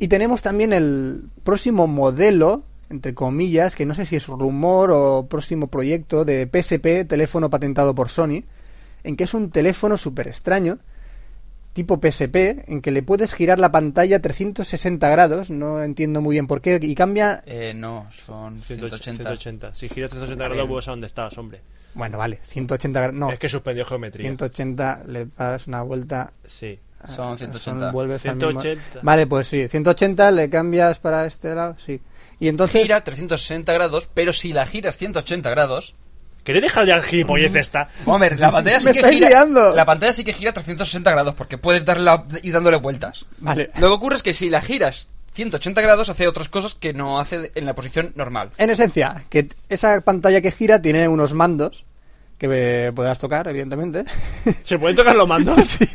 Y tenemos también el próximo modelo entre comillas, que no sé si es rumor o próximo proyecto de PSP, teléfono patentado por Sony, en que es un teléfono súper extraño tipo PSP en que le puedes girar la pantalla 360 grados, no entiendo muy bien por qué, y cambia... Eh, no, son 180. 180. Si giras 380 grados, vuelves a donde estabas, hombre. Bueno, vale, 180 grados, no, Es que suspendió geometría. 180 le das una vuelta... Sí. son- Son 180. vuelves al mismo- 180. Vale, pues sí, 180 le cambias para este lado, sí. Y entonces... Gira 360 grados, pero si la giras 180 grados. ¿Queréis dejar ya el Mm. gilipollez esta? Hombre, la pantalla sí Me que estáis gira. liando. La pantalla sí que gira 360 grados, porque puedes darla y dándole vueltas. Vale. Lo que ocurre es que si la giras 180 grados, hace otras cosas que no hace en la posición normal. En esencia, que t- esa pantalla que gira tiene unos mandos que eh, podrás tocar, evidentemente. ¿Se pueden tocar los mandos? Sí.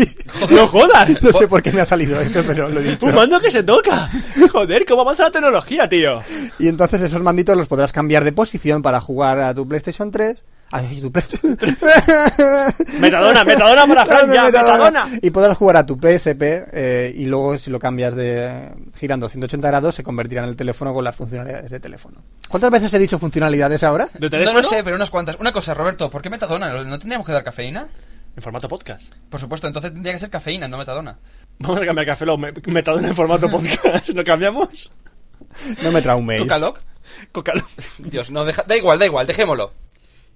¡No jodas! No sé por qué me ha salido eso, pero lo he dicho. ¡Un mando que se toca! Joder, cómo avanza la tecnología, tío. Y entonces esos manditos los podrás cambiar de posición para jugar a tu PlayStation 3. Ay, tu PlayStation... Metadona, metadona para Fran, Dame ya, metadona. Y podrás jugar a tu PSP eh, y luego si lo cambias de girando 180 grados se convertirá en el teléfono con las funcionalidades de teléfono. ¿Cuántas veces he dicho funcionalidades ahora? ¿De No teléfono? lo sé, pero unas cuantas. Una cosa, Roberto, ¿por qué metadona? ¿No tendríamos que dar cafeína? En formato podcast. Por supuesto, entonces tendría que ser cafeína, no metadona. Vamos a cambiar Café Lock, me- Metadona en formato podcast. ¿Lo cambiamos? No me trauméis. ¿Cocaloc? Coca Dios, no, deja, da igual, da igual, dejémoslo.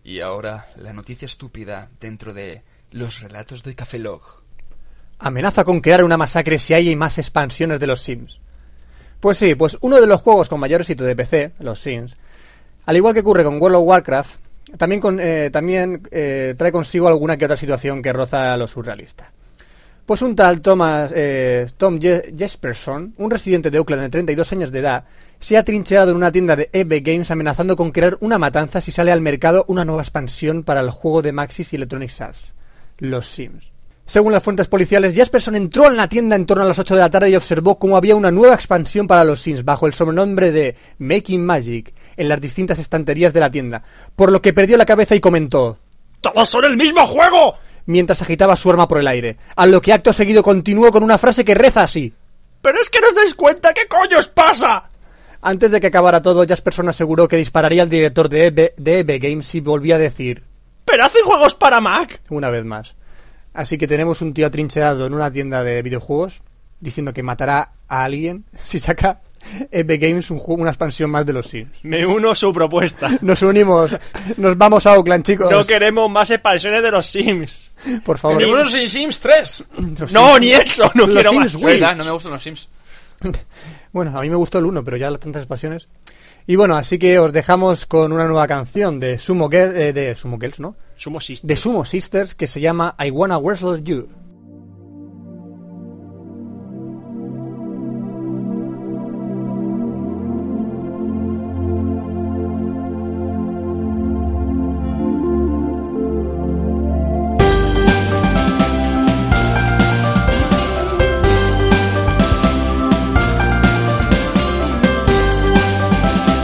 Y ahora, la noticia estúpida dentro de los relatos de Café Log. Amenaza con crear una masacre si hay más expansiones de los Sims. Pues sí, pues uno de los juegos con mayor éxito de PC, los Sims, al igual que ocurre con World of Warcraft, también, con- eh, también eh, trae consigo alguna que otra situación que roza a lo surrealista. Pues un tal Thomas, eh, Tom Je- Jesperson, un residente de Oakland de 32 años de edad, se ha trincherado en una tienda de EB Games amenazando con crear una matanza si sale al mercado una nueva expansión para el juego de Maxis y Electronic Arts, los Sims. Según las fuentes policiales, Jesperson entró en la tienda en torno a las 8 de la tarde y observó cómo había una nueva expansión para los Sims bajo el sobrenombre de Making Magic en las distintas estanterías de la tienda, por lo que perdió la cabeza y comentó ¡Todos son el mismo juego! mientras agitaba su arma por el aire, a lo que acto seguido continuó con una frase que reza así. ¡Pero es que no os dais cuenta! ¿Qué coño os pasa? Antes de que acabara todo, Jasperson aseguró que dispararía al director de EB, de EB Games si volvía a decir ¡Pero hacen juegos para Mac! una vez más. Así que tenemos un tío atrincherado en una tienda de videojuegos diciendo que matará a alguien si saca EB Games un juego- una expansión más de los Sims. Me uno a su propuesta. Nos unimos, nos vamos a Oakland, chicos. No queremos más expansiones de los Sims. Por favor. ¡Tenemos los Sims 3! Los No, Sims- ni eso, no los quiero Sims más. Wii. Verdad, No me gustan los Sims. Bueno, a mí me gustó el 1, pero ya las tantas expansiones. Y bueno, así que os dejamos con una nueva canción de Sumo Girl- eh, de Sumo Girls, ¿no? Sumo Sisters. De Sumo Sisters que se llama I Wanna Wrestle You. I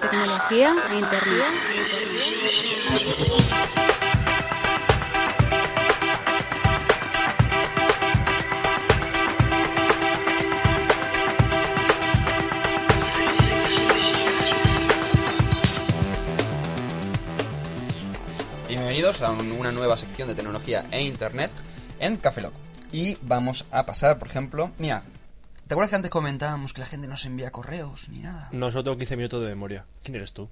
tecnología e internet. Bienvenidos a un- una nueva sección de tecnología e internet en Café Lock. Y vamos a pasar, por ejemplo, mira, ¿te acuerdas que antes comentábamos que la gente no se envía correos ni nada? No, solo tengo 15 minutos de memoria. ¿Quién eres tú?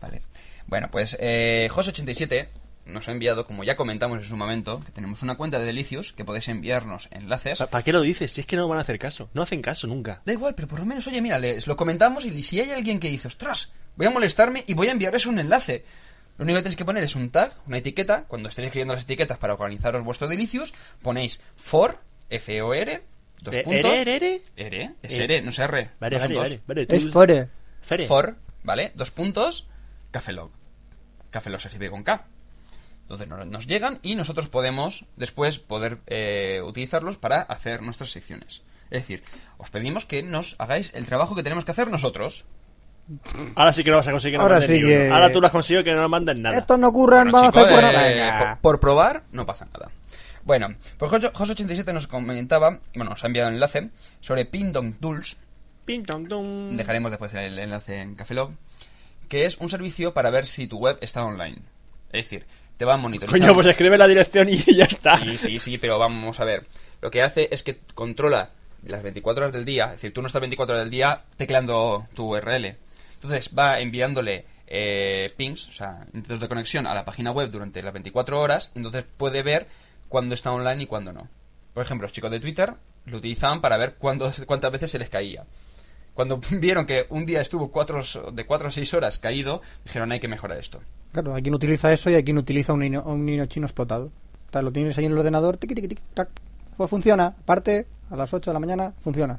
Vale. Bueno, pues eh, José87 nos ha enviado, como ya comentamos en su momento, que tenemos una cuenta de Delicios, que podéis enviarnos enlaces. Pa- ¿Para qué lo dices? Si es que no van a hacer caso. No hacen caso nunca. Da igual, pero por lo menos, oye, mira, les lo comentamos y si hay alguien que dice, ostras, voy a molestarme y voy a enviarles un enlace. Lo único que tenéis que poner es un tag, una etiqueta. Cuando estéis escribiendo las etiquetas para organizaros vuestros delicios, ponéis for, F-O-R, dos Eh, puntos. ere, ere, ere. R, es E Eh. R, no es R. Vale, no vale, son dos. vale, vale. Es tú- fore. Fere. For, ¿vale? Dos puntos, Cafelog. Cafelog se escribe con K. Entonces no- nos llegan y nosotros podemos después poder eh, utilizarlos para hacer nuestras secciones. Es decir, os pedimos que nos hagáis el trabajo que tenemos que hacer nosotros. Ahora sí que lo vas a conseguir que no Ahora manden sí ni uno. que- Ahora tú lo has conseguido que no nos manden nada. Estos no ocurren, Bueno, vamos a chicos, hacer cuerno. eh, Venga. por, por probar no pasa nada. Bueno, pues José87 nos comentaba, bueno, nos ha enviado un enlace sobre Pindong Tools, Ping, tong, tong. dejaremos después el enlace en Cafelog, que es un servicio para ver si tu web está online. Es decir, te va a monitorizar. Coño, pues escribe la dirección y ya está. Sí, sí, sí, pero vamos a ver. Lo que hace es que controla las 24 horas del día. Es decir, tú no estás 24 horas del día tecleando tu URL. Entonces va enviándole eh, pings, o sea, intentos de conexión a la página web durante las 24 horas. Entonces puede ver cuándo está online y cuándo no. Por ejemplo, los chicos de Twitter lo utilizaban para ver cuándo, cuántas veces se les caía. Cuando vieron que un día estuvo cuatro, de 4 a 6 horas caído, dijeron hay que mejorar esto. Claro, hay quien utiliza eso y hay quien utiliza un niño, un niño chino explotado. O sea, lo tienes ahí en el ordenador, tiqui, tiqui, tiqui, tac. Pues funciona. Aparte, a las 8 de la mañana, funciona.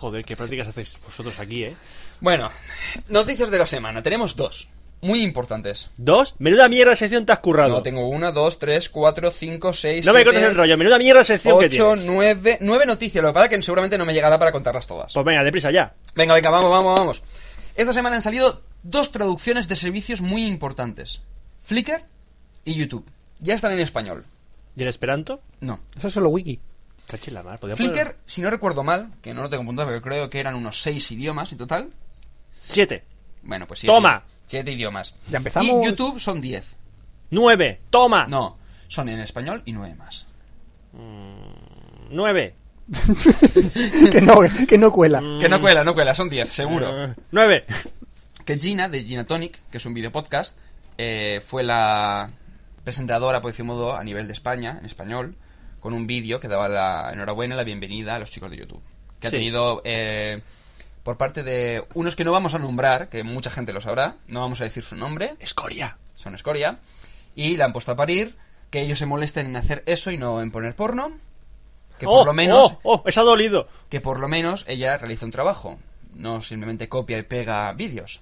Joder, qué prácticas hacéis vosotros aquí, ¿eh? Bueno, noticias de la semana. Tenemos dos. Muy importantes. ¿Dos? Menuda mierda de sección te has currado. No, tengo una, dos, tres, cuatro, cinco, seis, No me siete, cortes el rollo. Menuda mierda de sección que ocho, tienes. nueve... Nueve noticias. Lo que pasa es que seguramente no me llegará para contarlas todas. Pues venga, deprisa ya. Venga, venga, vamos, vamos, vamos. Esta semana han salido dos traducciones de servicios muy importantes. Flickr y YouTube. Ya están en español. ¿Y en Esperanto? No. Eso es solo wiki. Cachi en la mar. podía Flickr, poner- si no recuerdo mal, que no lo tengo apuntado, pero creo que eran unos seis idiomas en total. Siete. Bueno, pues siete. Toma. Siete idiomas. Ya empezamos. Y YouTube son diez. Nueve. Toma. No, son en español y nueve más. Nueve. que, no, que no cuela. Mm. Que no cuela, no cuela, son 10, seguro. Eh, nueve. Que Gina, de Gina Tonic, que es un video podcast, eh, fue la presentadora, por decir modo, a nivel de España, en español, con un vídeo que daba la enhorabuena, la bienvenida a los chicos de YouTube. Que ha Sí. tenido, eh, por parte de unos que no vamos a nombrar, que mucha gente lo sabrá, no vamos a decir su nombre, Escoria. son escoria, y la han puesto a parir, que ellos se molesten en hacer eso y no en poner porno, que por Oh, lo menos Oh, oh, esa ha dolido. que por lo menos ella realiza un trabajo, no simplemente copia y pega vídeos.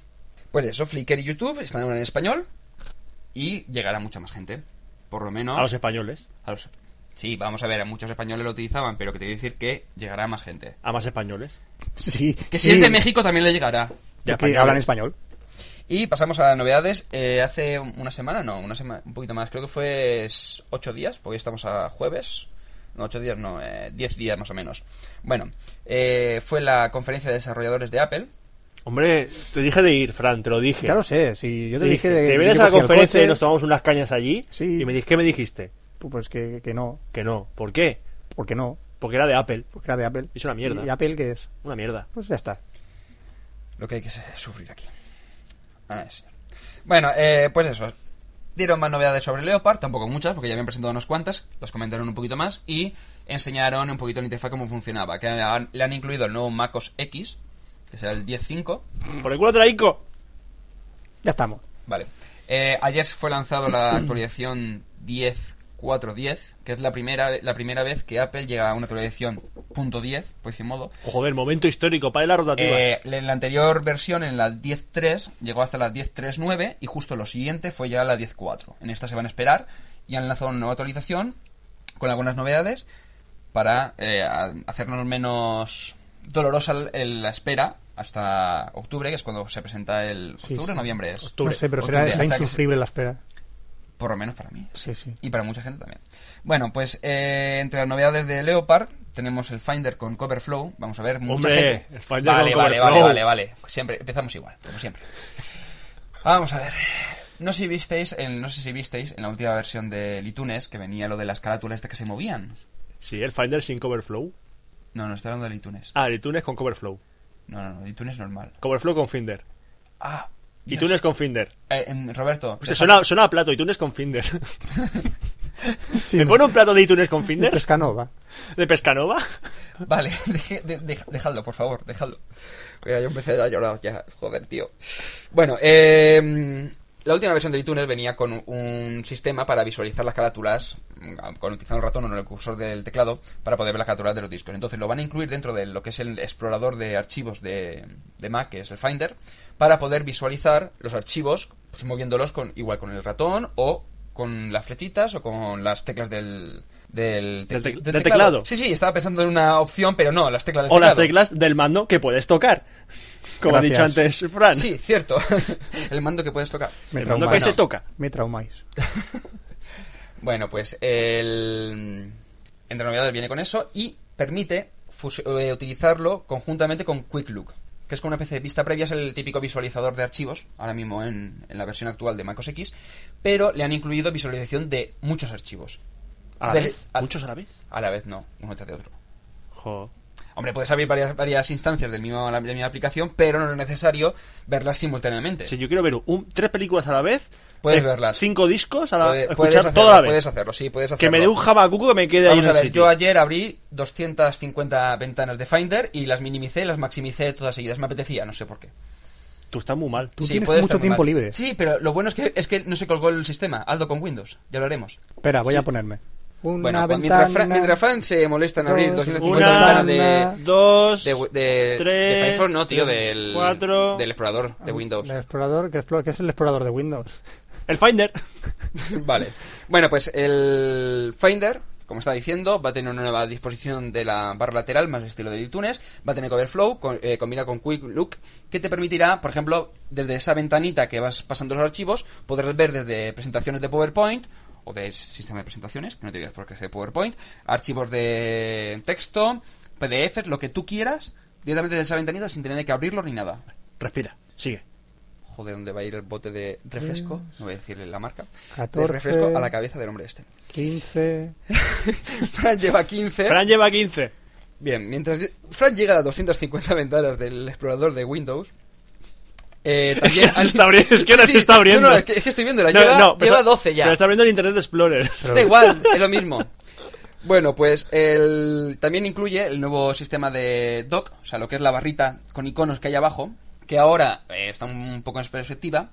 Pues eso, Flickr y YouTube están ahora en español y llegará mucha más gente. Por lo menos A los españoles. a los- Sí, vamos a ver, a muchos españoles lo utilizaban, pero que te quiero decir que llegará más gente. A más españoles. Sí, Que si sí. es de México también le llegará. Ya que hablan español. Y pasamos a las novedades. Eh, hace una semana, no, una semana, un poquito más, creo que fue s- ocho días, porque hoy estamos a jueves. No, ocho días, no, eh, diez días más o menos. Bueno, eh, fue la conferencia de desarrolladores de Apple, Hombre, te dije de ir, Fran, te lo dije. Claro sé, si yo te dije... de- Te yo vienes cogí a la el conferencia coche, y nos tomamos unas cañas allí. Sí. Y me dijiste, ¿qué me dijiste? Pues que, que no, Que no. ¿Por qué? porque no, Porque era de Apple. porque era de Apple. Es una mierda. ¿Y Apple qué es? Una mierda. Pues ya está. lo que hay que se- sufrir aquí. Ah, sí. Bueno, eh, pues eso. Dieron más novedades sobre Leopard, tampoco muchas, porque ya habían presentado unas cuantas, las comentaron un poquito más y enseñaron un poquito en interfaz cómo funcionaba. Que han- le han incluido el nuevo MacOS X, que será el 10.5. Por el culo te la hinco. Ya estamos. Vale. Eh, ayer fue lanzado la actualización 10.4.10, que es la primera, la primera vez que Apple llega a una actualización punto .10, pues sin modo, Joder, momento histórico. Para las rotativas. Eh, en la anterior versión, en la 10.3, llegó hasta la 10.3.9 y justo lo siguiente fue ya la 10.4. En esta se van a esperar y han lanzado una nueva actualización con algunas novedades para eh, a- hacernos menos dolorosa el- el- la espera hasta octubre, que es cuando se presenta el... Sí, ¿Octubre sí. o noviembre es? No sé, pero Pues Octubre, será, será hasta que se- insufrible la espera. Por lo menos para mí. Sí, sí. Y para mucha gente también. Bueno, pues eh, entre las novedades de Leopard tenemos el Finder con Coverflow. Vamos a ver, mucha Hombre, gente. el Finder vale, con vale, vale, Coverflow. vale, vale. Siempre empezamos igual, como siempre. Vamos a ver. No sé si visteis, en, no sé si visteis en la última versión de iTunes que venía lo de las carátulas de que se movían. Sí, el Finder sin Coverflow. No, no estoy hablando de iTunes. Ah, el iTunes con Coverflow. No, no, no, iTunes normal. Coverflow con Finder. Ah. Dios. iTunes con Pues Finder. Eh, em, Roberto. Hostia, deja- suena, suena a plato, iTunes con Finder. Sí, ¿Me no- Pues- pone un plato de iTunes con Finder? Pescanova. ¿De Pescanova? Vale, deje- de- de- dejadlo, por favor, dejadlo. Mira, yo empecé a llorar ya, joder, tío. Bueno, eh, la última versión de iTunes venía con un sistema para visualizar las carátulas, mm, con utilizando el ratón o el cursor del teclado, para poder ver las carátulas de los discos. Entonces lo van a incluir dentro de lo que es el explorador de archivos de, de Mac, que es el Finder, para poder visualizar los archivos, pues moviéndolos con, igual con el ratón o con las flechitas o con las teclas del... Del, Del tec- del del teclado. Sí, sí, estaba pensando en una opción, pero no, las teclas del O las teclado. teclas del mando que puedes tocar. Como ha dicho Gracias. antes Fran. Sí, cierto. el mando que puedes tocar. Me El mando que traumáis. se toca. Me traumáis. Bueno, pues el. Entre novedades viene con eso y permite fus- eh, utilizarlo conjuntamente con Quick Look, que es como una especie de vista previa, es el típico visualizador de archivos, ahora mismo en, en la versión actual de MacOS X, pero le han incluido visualización de muchos archivos. A la Del- vez. al- ¿Muchos a la vez? A la vez, no, uno tras de otro. Jo. Hombre, puedes abrir varias, varias instancias del mismo, la, de la misma aplicación, pero no es necesario verlas simultáneamente. Si yo quiero ver un- tres películas a la vez, Puedes eh, verlas. cinco discos a la Puede- escuchar puedes, hacerlo, toda la vez. puedes hacerlo, sí, puedes hacerlo. que me dé un jabacuco que me quede ahí Vamos en a el ver, sitio. yo ayer abrí 250 ventanas de Finder y las minimicé, las maximicé todas seguidas. Me apetecía, no sé por qué. Tú estás muy mal. Tú Sí, tienes puede mucho estar muy tiempo mal. libre. Sí, pero lo bueno es que, es que no se colgó el sistema. Aldo con Windows, ya lo haremos. Espera, voy a ponerme. Una Bueno, ventana. pues mientras, Fran, mientras Fran se molesta en abrir dos, 250 Una, ventanas ventana, de, dos, de, de, tres, de Firefox, no, tío, del, cuatro. del explorador ah, de Windows. El explorador, que, explora- que es el explorador de Windows. el Finder. Vale. Bueno, pues el Finder, como está diciendo, va a tener una nueva disposición de la barra lateral, más estilo de iTunes. Va a tener Coverflow, con, eh, combinado con Quick Look, que te permitirá, por ejemplo, desde esa ventanita que vas pasando los archivos, podrás ver desde presentaciones de PowerPoint o de sistema de presentaciones, que no te digas por qué es de PowerPoint, archivos de texto, PDFs, lo que tú quieras, directamente desde esa ventanita sin tener que abrirlo ni nada. Respira, sigue. Joder, ¿dónde va a ir el bote de refresco? No voy a decirle la marca. De 14. refresco a la cabeza del hombre este. 15. Fran lleva 15. Fran lleva 15. Bien, mientras lle- Fran llega a las 250 ventanas del explorador de Windows. Eh, también Se está abri- es que ahora se está abriendo. No, no, es, que, es que estoy viendo, la No, lleva, no, pero- lleva 12 ya. Pero está abriendo el Internet Explorer. Da igual, es lo mismo. Bueno, pues el, también incluye el nuevo sistema de dock, o sea, lo que es la barrita con iconos que hay abajo, que ahora eh, está un poco en perspectiva.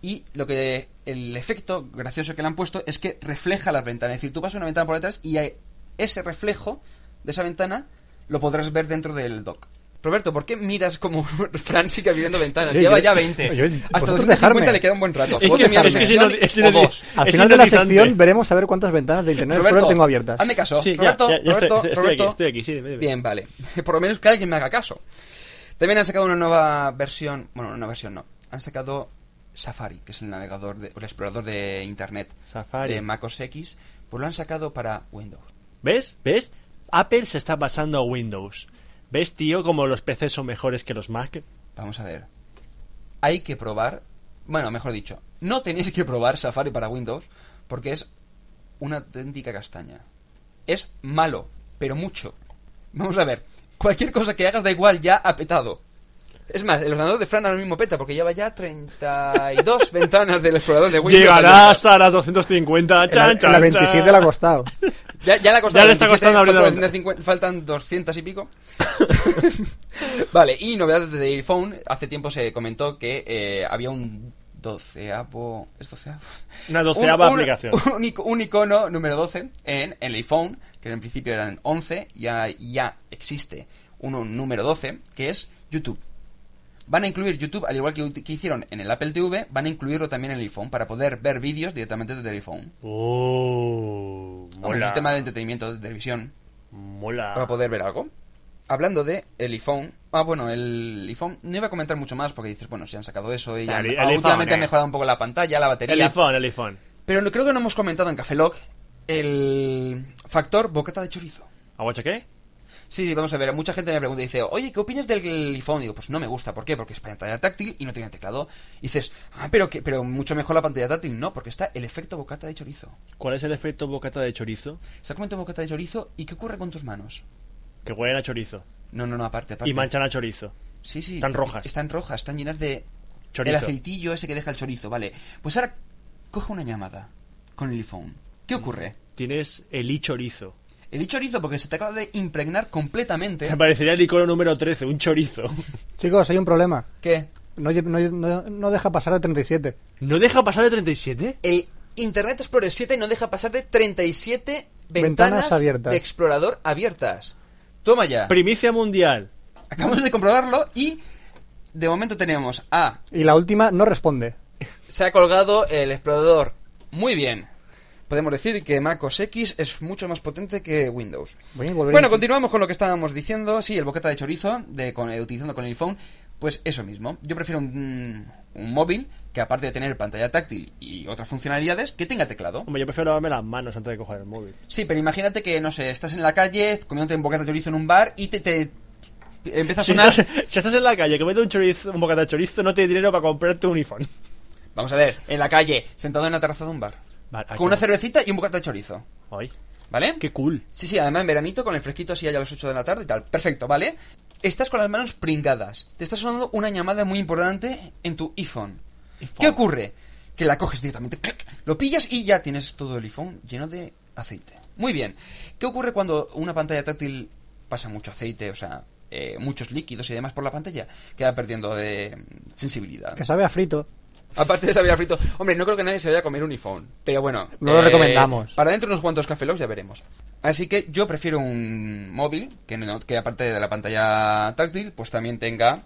Y lo que el efecto gracioso que le han puesto es que refleja las ventanas. Es decir, tú vas una ventana por detrás y hay- ese reflejo de esa ventana lo podrás ver dentro del dock. Roberto, ¿por qué miras como Fran sigue abriendo ventanas? Oye, Lleva yo- ya 20. oye, Hasta vosotros 250 dejadme. le queda un buen rato. Es que- Vos terminas es que una si no- sección es que no- o dos. Al Es final de la interesante. sección veremos a ver cuántas ventanas de Internet Roberto, Explorer tengo abiertas. Hazme caso. Sí, ya, Roberto, ya, ya Roberto, estoy, estoy Roberto. aquí, estoy aquí, sí, dime, dime. Bien, vale. Por lo menos que alguien me haga caso. También han sacado una nueva versión. Bueno, una versión no. Han sacado Safari, que es el navegador, de- el explorador de internet Safari. de MacOS X. Pues lo han sacado para Windows. ¿Ves? ¿Ves? Apple se está pasando a Windows. ¿Ves, tío, como los PCs son mejores que los Mac? Vamos a ver. Hay que probar. Bueno, mejor dicho, no tenéis que probar Safari para Windows porque es una auténtica castaña. Es malo, pero mucho. Vamos a ver. Cualquier cosa que hagas da igual, ya ha petado. Es más, el ordenador de Fran ahora mismo peta porque lleva ya 32 ventanas del explorador de Windows. Llegarás a las 250. En la, Chan, en chan, la chan. 27 la ha costado. Ya, ya le ha costado Ya le está 27, costando abrir la faltan, 250 faltan 200 y pico. vale, y novedades de iPhone. Hace tiempo se comentó que eh, había un doceavo... ¿Es doceavo? Una doceava Un- un- aplicación. Un, ic- un icono número 12 en el iPhone, que en principio eran 11, ya, ya existe uno número 12, que es YouTube. Van a incluir YouTube, al igual que, ut- que hicieron en el Apple TV, van a incluirlo también en el iPhone para poder ver vídeos directamente desde el iPhone. Oh, Como un mola. sistema de entretenimiento de televisión Mola. para poder ver algo. Hablando de el iPhone, Ah, bueno, el iPhone no iba a comentar mucho más porque dices, bueno, si han sacado eso y El han- i- el ah, iPhone, eh. últimamente han mejorado un poco la pantalla, la El batería. iPhone, el iPhone. Pero lo- creo que no hemos comentado en Café Lock el factor bocata de chorizo. ¿Aguacha qué? Sí, sí, vamos a ver. Mucha gente me pregunta y dice, oye, ¿qué opinas del iPhone? Digo, pues no me gusta. ¿Por qué? Porque es pantalla táctil y no tiene teclado. Y dices, ah, pero, que, pero mucho mejor la pantalla táctil. No, porque está el efecto bocata de chorizo. ¿Cuál es el efecto bocata de chorizo? Está comiendo bocata de chorizo y ¿qué ocurre con tus manos? Que huelen a chorizo. No, no, no, aparte, aparte. Y manchan a chorizo. Sí, sí. Están rojas. Están rojas, están llenas de... Chorizo. El aceitillo ese que deja el chorizo, vale. Pues ahora coge una llamada con el iPhone. ¿Qué ocurre? Tienes el i chorizo. El chorizo porque se te acaba de impregnar completamente. Te parecería el icono número 13, un chorizo. Chicos, hay un problema. ¿Qué? No, lle- no, no- no deja pasar a 37. ¿No deja pasar el 37? el Internet Explorer 7 no deja pasar de 37 Ventanas ventanas, abiertas. de explorador abiertas. Toma ya. Primicia mundial. Acabamos de comprobarlo y de momento tenemos A. Y la última no responde. Se ha colgado el explorador. Muy bien. Podemos decir que Mac OS X es mucho más potente que Windows. Voy a volver Bueno, a- continuamos con lo que estábamos diciendo. Sí, el boqueta de chorizo, de, con, eh, utilizando con el iPhone, pues eso mismo. Yo prefiero un, un móvil que, aparte de tener pantalla táctil y otras funcionalidades, que tenga teclado. Hombre, yo prefiero lavarme las manos antes de coger el móvil. Sí, pero imagínate que, no sé, estás en la calle comiéndote un bocata de chorizo en un bar y te, te empieza a Si sonar... estás, si estás en la calle comiendo un chorizo, un bocata de chorizo, no tienes dinero para comprarte un iPhone. Vamos a ver, en la calle, sentado en la terraza de un bar. Vale, aquí Con una va. cervecita y un bocata de chorizo, Ay, ¿vale? qué cool. Sí, sí, además en veranito, con el fresquito así allá a las 8 de la tarde y tal. Perfecto, ¿vale? Estás con las manos pringadas. Te está sonando una llamada muy importante en tu iPhone. ¿Qué ocurre? Que la coges directamente, clac, lo pillas y ya tienes todo el iPhone lleno de aceite. Muy bien. ¿Qué ocurre cuando una pantalla táctil pasa mucho aceite, o sea, eh, muchos líquidos y demás por la pantalla? Queda perdiendo de sensibilidad. Que sabe a frito. Aparte de saber a frito. Hombre, no creo que nadie se vaya a comer un iPhone. Pero bueno. eh, No lo recomendamos. Para dentro de unos cuantos Café Logs ya veremos. Así que yo prefiero un móvil que, no- que aparte de la pantalla táctil, pues también tenga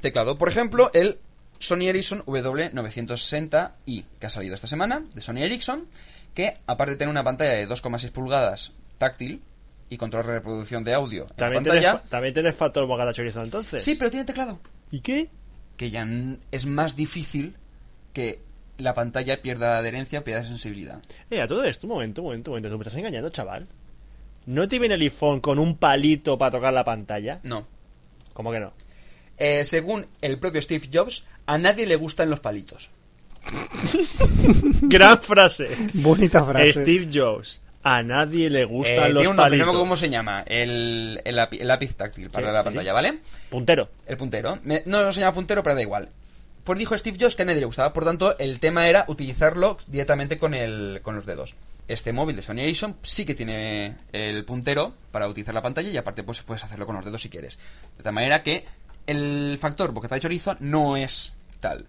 teclado. Por ejemplo, el Sony Ericsson W960i que ha salido esta semana de Sony Ericsson, que aparte de tener una pantalla de 2,6 pulgadas táctil y control de reproducción de audio en la También tienes, pantalla. fa- también tienes factor bocata de chorizo entonces. Sí, pero tiene teclado ¿Y qué? que ya n- es más difícil que la pantalla pierda adherencia, pierda sensibilidad. Eh, a todo esto, un momento, un momento, un momento. Tú me estás engañando, chaval. ¿No te viene el iPhone con un palito para tocar la pantalla? No. ¿Cómo que no? Eh, según el propio Steve Jobs, a nadie le gustan los palitos. Gran frase. Bonita frase. Steve Jobs. A nadie le Eh, gustan los tiene uno, pero no palitos. me acuerdo cómo se llama, el, el lápiz, el lápiz táctil para Sí, la sí, pantalla, sí. ¿vale? Puntero. El puntero. Me- no, no se llama puntero, pero da igual. Pues dijo Steve Jobs que a nadie le gustaba, por tanto, el tema era utilizarlo directamente con, el, con los dedos. Este móvil de Sony Ericsson sí que tiene el puntero para utilizar la pantalla y aparte pues puedes hacerlo con los dedos si quieres. De tal manera que el factor bocata de chorizo no es tal.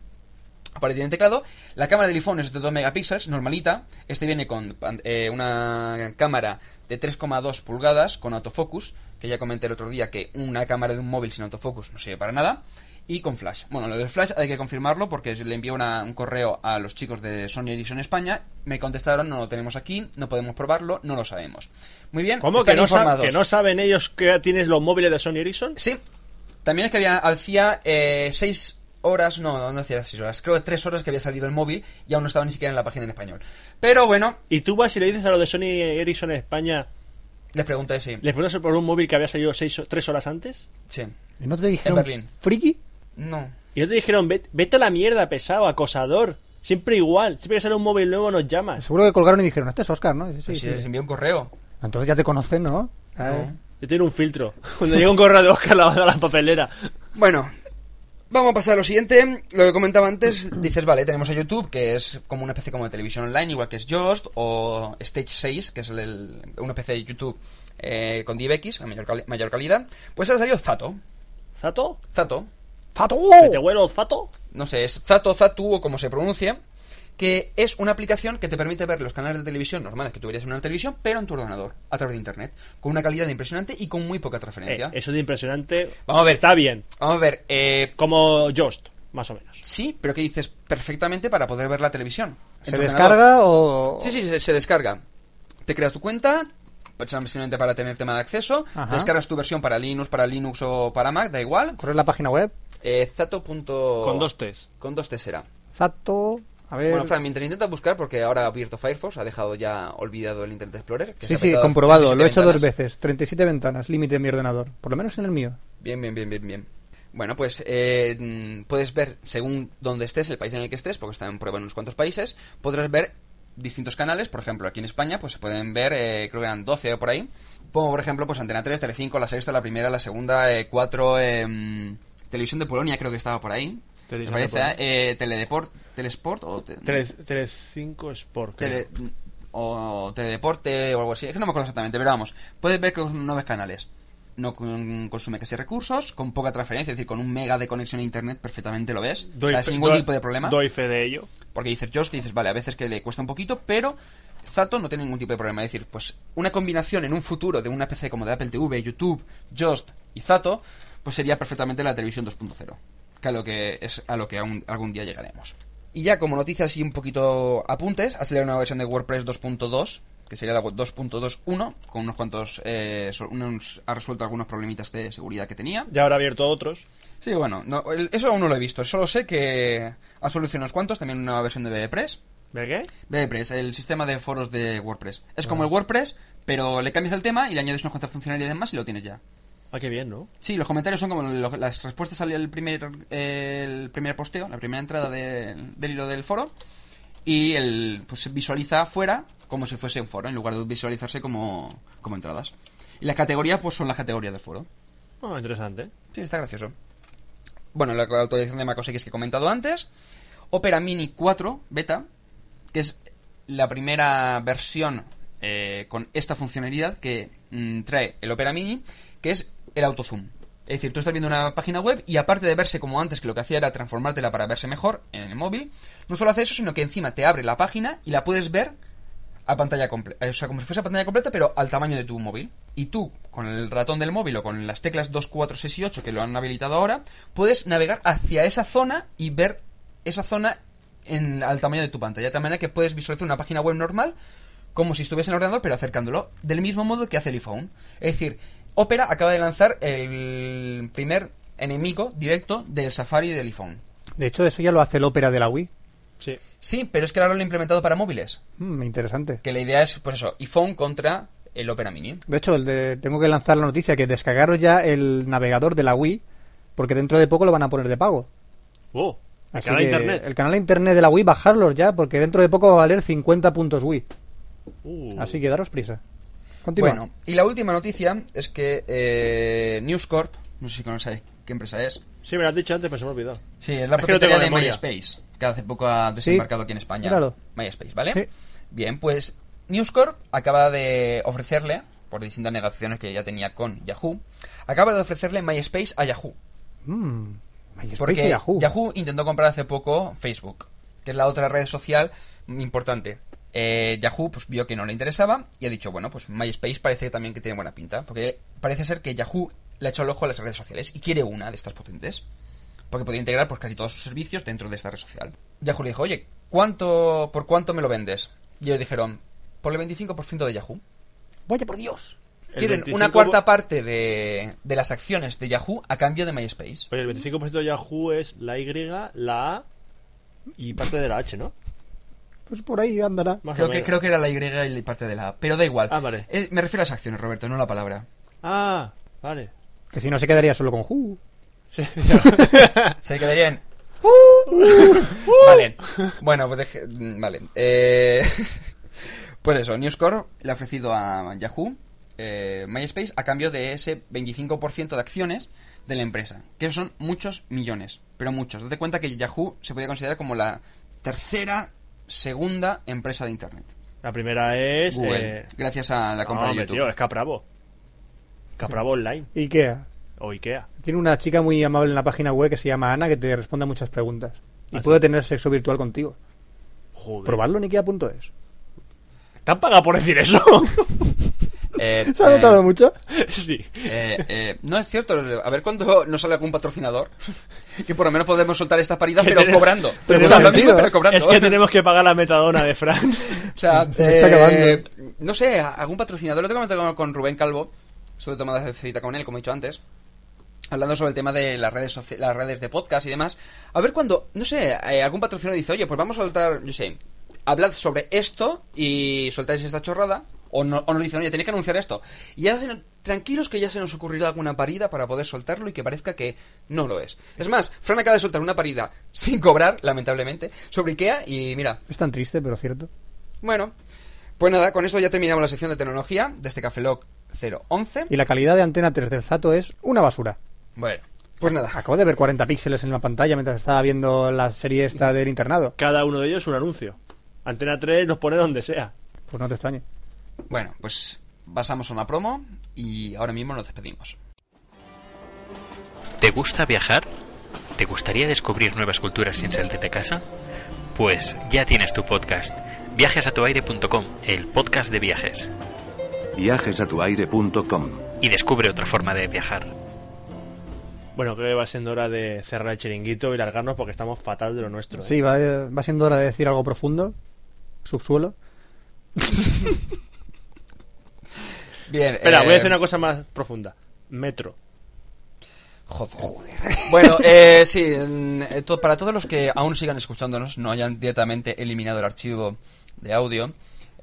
Aparte tiene teclado. La cámara del iPhone es de 2 megapíxeles, normalita. Este viene con pan- eh, una cámara de 3,2 pulgadas con autofocus, que ya comenté el otro día que una cámara de un móvil sin autofocus no sirve para nada. Y con flash. Bueno, lo del flash hay que confirmarlo porque le envié una- un correo a los chicos de Sony Ericsson España. Me contestaron, no lo tenemos aquí, no podemos probarlo, no lo sabemos. Muy bien, ¿Cómo que están no, sa- informados. que no saben ellos que tienes los móviles de Sony Ericsson? Sí. También es que había, hacía eh, seis horas, no, no hacía seis horas, creo que tres horas que había salido el móvil y aún no estaba ni siquiera en la página en español. Pero bueno, Y tú vas y le dices a los de Sony Ericsson en España, les pregunté si... ¿les preguntas por un móvil que había salido seis, o- tres horas antes? Sí. ¿Y ¿No te dijeron En Berlín. friki? No. Y ellos te dijeron, "Vet- vete a la mierda, pesado, acosador. Siempre igual. Siempre que sale un móvil nuevo nos llamas. Seguro que colgaron y dijeron, este es Oscar, ¿no? Y dice, sí, Pues si sí. les envió un correo. Entonces ya te conocen, ¿no? Eh, No. Yo tengo un filtro. Cuando llega un correo de Oscar, la mando a la papelera. Bueno, vamos a pasar a lo siguiente. Lo que comentaba antes, dices, vale, tenemos a YouTube, que es como una especie como de televisión online, igual que es Just, o Stage 6, que es el, el- una especie de YouTube eh, con DivX, a mayor, cali- mayor calidad. Pues ha salido Zato. ¿Zato? Zato. ¡Tato! ¿Que ¿Te huelo Zato? no sé, es Zato, Zatu o como se pronuncia, que es una aplicación que te permite ver los canales de televisión normales que tú verías en una televisión, pero en tu ordenador, a través de internet, con una calidad impresionante y con muy poca Eh, transferencia. eso de impresionante. Vamos a ver. Está bien. Vamos a ver, eh, Como Jost, más o menos. sí, pero que dices perfectamente para poder ver la televisión. en ¿Se tu ordenador. descarga o...? Sí, sí, se, se descarga. Te creas tu cuenta, pues, simplemente para tener tema de acceso. Ajá. Te Descargas tu versión para Linux, para Linux o para Mac, da igual. Correr la página web. Eh, zato. punto- Con dos T's. Con dos T será. Zato. A ver. Bueno, Fran, mientras intentas buscar, porque ahora ha abierto Firefox, ha dejado ya olvidado el Internet Explorer. que se sí, ha sí, petado comprobado. Lo he 37 hecho dos ventanas. veces. 37 ventanas, límite en mi ordenador. Por lo menos en el mío. Bien, bien, bien, bien, bien. Bueno, pues eh, mm, puedes ver, según donde estés, el país en el que estés, porque está en prueba en unos cuantos países, podrás ver distintos canales. Por ejemplo, aquí en España, pues se pueden ver, eh, creo que eran 12 o por ahí. Pongo, por ejemplo, pues Antena 3, Telecinco, la sexta, la primera, la segunda, eh, cuatro, eh, mm, Televisión de Polonia creo que estaba por ahí. Me Televisión de parece, Polonia. eh, Teledeport, Telesport o... te- 35 Sport. creo. tele- o teledeporte o algo así. Es que no me acuerdo exactamente, pero vamos, puedes ver que son nueve canales. No con- consume casi recursos, con poca transferencia, es decir, con un mega de conexión a internet perfectamente lo ves. o sea, fe- sin ningún doy- tipo de problema. Doy fe de ello. Porque dices Josh, dices, vale, a veces que le cuesta un poquito, pero Zato no tiene ningún tipo de problema. Es decir, pues una combinación en un futuro de una PC como de Apple TV, YouTube, Just y Zato, pues sería perfectamente la televisión 2.0, que a lo que es a lo que aún- algún día llegaremos. Y ya como noticias y un poquito apuntes, ha salido una versión de WordPress 2.2 que sería la web 2.21, con unos cuantos... eh, so- unos- ha resuelto algunos problemitas de seguridad que tenía. Ya habrá abierto otros. Sí, bueno, no, el- eso aún no lo he visto. Solo sé que ha solucionado unos cuantos, también una nueva versión de BBPress. ¿Ve qué? BBPress, el sistema de foros de WordPress. Es como el WordPress, pero le cambias el tema y le añades unas cuantas funcionalidades más y lo tienes ya. Ah, qué bien, ¿no? Sí, los comentarios son como lo- las respuestas al el primer, eh, el primer posteo, la primera entrada de- del hilo del foro. Y el, pues, se visualiza afuera como si fuese un foro, en lugar de visualizarse como, como entradas. Y las categorías pues son las categorías del foro. Ah, interesante. Sí, está gracioso. Bueno, la actualización de macOS X que he comentado antes. Opera Mini 4 Beta, que es la primera versión eh, con esta funcionalidad que mm, trae el Opera Mini, que es el autozoom. Es decir, tú estás viendo una página web y aparte de verse como antes, que lo que hacía era transformártela para verse mejor en el móvil, no solo hace eso, sino que encima te abre la página y la puedes ver a pantalla completa, o sea, como si fuese a pantalla completa, pero al tamaño de tu móvil. Y tú, con el ratón del móvil o con las teclas 2, 4, 6 y 8 que lo han habilitado ahora, puedes navegar hacia esa zona y ver esa zona en, al tamaño de tu pantalla. De tal manera que puedes visualizar una página web normal como si estuviese en el ordenador, pero acercándolo del mismo modo que hace el iPhone. Es decir, Opera acaba de lanzar el primer enemigo directo del Safari del iPhone. De hecho, eso ya lo hace el Opera de la Wii. Sí. Sí, pero es que ahora lo han implementado para móviles. Mm, interesante. Que la idea es, pues eso, iPhone contra el Opera Mini. De hecho, el de- tengo que lanzar la noticia que descargaros ya el navegador de la Wii, porque dentro de poco lo van a poner de pago. Wow. El Así canal de que Oh, internet. El canal de internet de la Wii, bajarlos ya, porque dentro de poco va a valer 50 puntos Wii. Uh. Así que daros prisa. Continúa. Bueno, y la última noticia es que eh, News Corp, no sé si conocéis qué empresa es. Sí, me lo has dicho antes, pero se me ha olvidado. Sí, es la Es que no propietaria tengo de memoria. MySpace, que hace poco ha desembarcado aquí en España. míralo. MySpace, ¿vale? Sí. Bien, pues News Corp acaba de ofrecerle, por distintas negociaciones que ya tenía con Yahoo, acaba de ofrecerle MySpace a Yahoo. Mm, MySpace Porque y Yahoo. intentó comprar hace poco Facebook, que es la otra red social importante. Eh, Yahoo pues vio que no le interesaba y ha dicho, bueno, pues MySpace parece también que tiene buena pinta, porque parece ser que Yahoo le ha hecho el ojo a las redes sociales y quiere una de estas potentes, porque podía integrar pues casi todos sus servicios dentro de esta red social. Yahoo le dijo, oye, ¿cuánto, ¿por cuánto me lo vendes? Y ellos dijeron, por el 25% de Yahoo. Vaya por Dios. El Quieren 25 una cuarta parte de, de las acciones de Yahoo a cambio de MySpace. Oye, el 25% de Yahoo es la Y, la A y parte de la H, ¿no? Pues por ahí andará. Más Creo o que, menos. creo que era la Y y parte de la A, pero da igual. Ah, vale. Eh, me refiero a las acciones, Roberto, no a la palabra. Ah, vale. Que si no se quedaría solo con Who. Sí. Se quedaría en... Uh. Uh. vale. Bueno, pues deje- mm, Vale. Eh, Pues eso, News Corp le ha ofrecido a Yahoo eh, MySpace a cambio de ese 25% de acciones de la empresa, que son muchos millones, pero muchos. Date cuenta que Yahoo se podía considerar como la tercera, segunda empresa de Internet. La primera es. Google, eh, gracias a la no, compra de hombre, YouTube. tío, es Capravo. Capravo Online Ikea. o Ikea. Tiene una chica muy amable en la página web que se llama Ana que te responde a muchas preguntas. Y Ah, puede tener sexo virtual contigo. Joder. Probadlo en Ikea.es. ¿Te han pagado por decir eso? Eh, ¿Se ha notado eh, mucho? sí. eh, eh, no es cierto, a ver cuándo nos sale algún patrocinador. Que por lo menos podemos soltar estas paridas, Que pero tenemos- cobrando. pero o tenemos sea, lo mismo, sentido. pero cobrando. ¿eh? Es que tenemos que pagar la metadona de Fran. O sea, Se me está eh, acabando. no sé, a- algún patrocinador. Lo tengo comentado con Rubén Calvo, sobre tomadas de cita con él, como he dicho antes. Hablando sobre el tema de las redes socia- las redes de podcast y demás. A ver cuando, no sé, eh, algún patrocinador dice, oye, pues vamos a soltar, yo sé, hablad sobre esto y soltáis esta chorrada. O, no- o nos dicen, oye, tenéis que anunciar esto. Y ya se nos- tranquilos que ya se nos ocurrirá alguna parida para poder soltarlo y que parezca que no lo es. Es más, Fran acaba de soltar una parida sin cobrar, lamentablemente, sobre Ikea y mira, Es tan triste, pero cierto. bueno, pues nada, con esto ya terminamos la sección de tecnología de este Café Lock 011. Y la calidad de antena 3 del Zato es una basura. Bueno, pues nada. Acabo de ver 40 píxeles en la pantalla mientras estaba viendo la serie esta del internado. Cada uno de ellos un anuncio. Antena 3 nos pone donde sea. Pues no te extrañe. Bueno, pues pasamos a una promo y ahora mismo nos despedimos. ¿Te gusta viajar? ¿Te gustaría descubrir nuevas culturas sin salir de casa? Pues ya tienes tu podcast, viajesatuaire.com, el podcast de viajes, Viajesatuaire.com. y descubre otra forma de viajar. Bueno, creo que va siendo hora de cerrar el chiringuito y largarnos porque estamos fatal de lo nuestro. ¿eh? Sí, va, eh, va siendo hora de decir algo profundo. Subsuelo. Bien, Espera, eh, voy a decir una cosa más profunda. Metro. Joder. Bueno, eh, sí, mm, eh, to- para todos los que aún sigan escuchándonos, no hayan directamente eliminado el archivo de audio.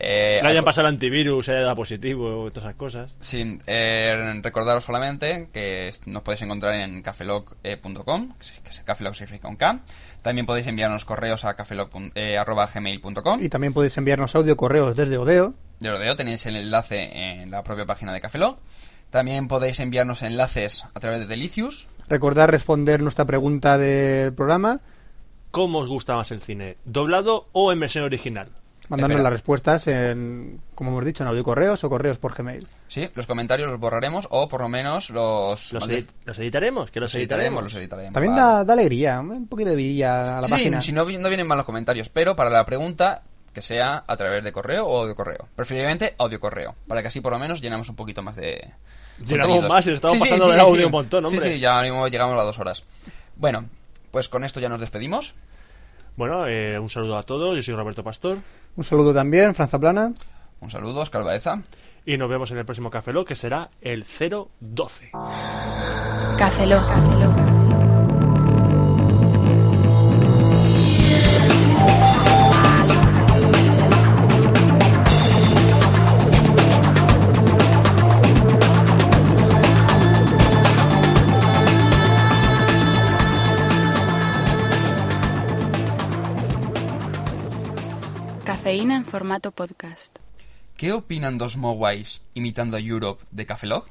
eh, No hayan aco- pasado el antivirus, haya dado positivo, todas esas cosas. Sí, eh, recordaros solamente que es- nos podéis encontrar en cafelog.com, que es cafelog significa con K. También podéis enviarnos correos a eh, cafelog.gmail.com. Y también podéis enviarnos audio correos desde Odeo. De lo de O tenéis el enlace en la propia página de Cafelog. También podéis enviarnos enlaces a través de Delicious. Recordar responder nuestra pregunta del programa. ¿Cómo os gusta más el cine? ¿Doblado o en versión original? Mandándonos Espera. las respuestas en, como hemos dicho, en audio correos o correos por Gmail. Sí, los comentarios los borraremos o por lo menos los, ¿Los, malde- edit- los editaremos? Que los, los editaremos, los editaremos. editaremos. También Vale. da, da alegría, un poquito de vidilla a la sí, página. si no, vi- no vienen mal los comentarios, pero para la pregunta que sea a través de correo o audio correo. Preferiblemente audio correo, para que así por lo menos llenamos un poquito más de... Llenamos contenidos. más, estamos pasando del audio un montón, Sí, hombre. sí, ya mismo llegamos a las dos horas. Bueno, pues con esto ya nos despedimos. Bueno, eh, un saludo a todos. Yo soy Roberto Pastor. Un saludo también, Franza Plana. Un saludo, Oscar Baeza. Y nos vemos en el próximo Café Lock, que será el 012. Café Lock. Cafeína en formato podcast. ¿Qué opinan dos Moways imitando a Europe de Café Lock?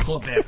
Joder.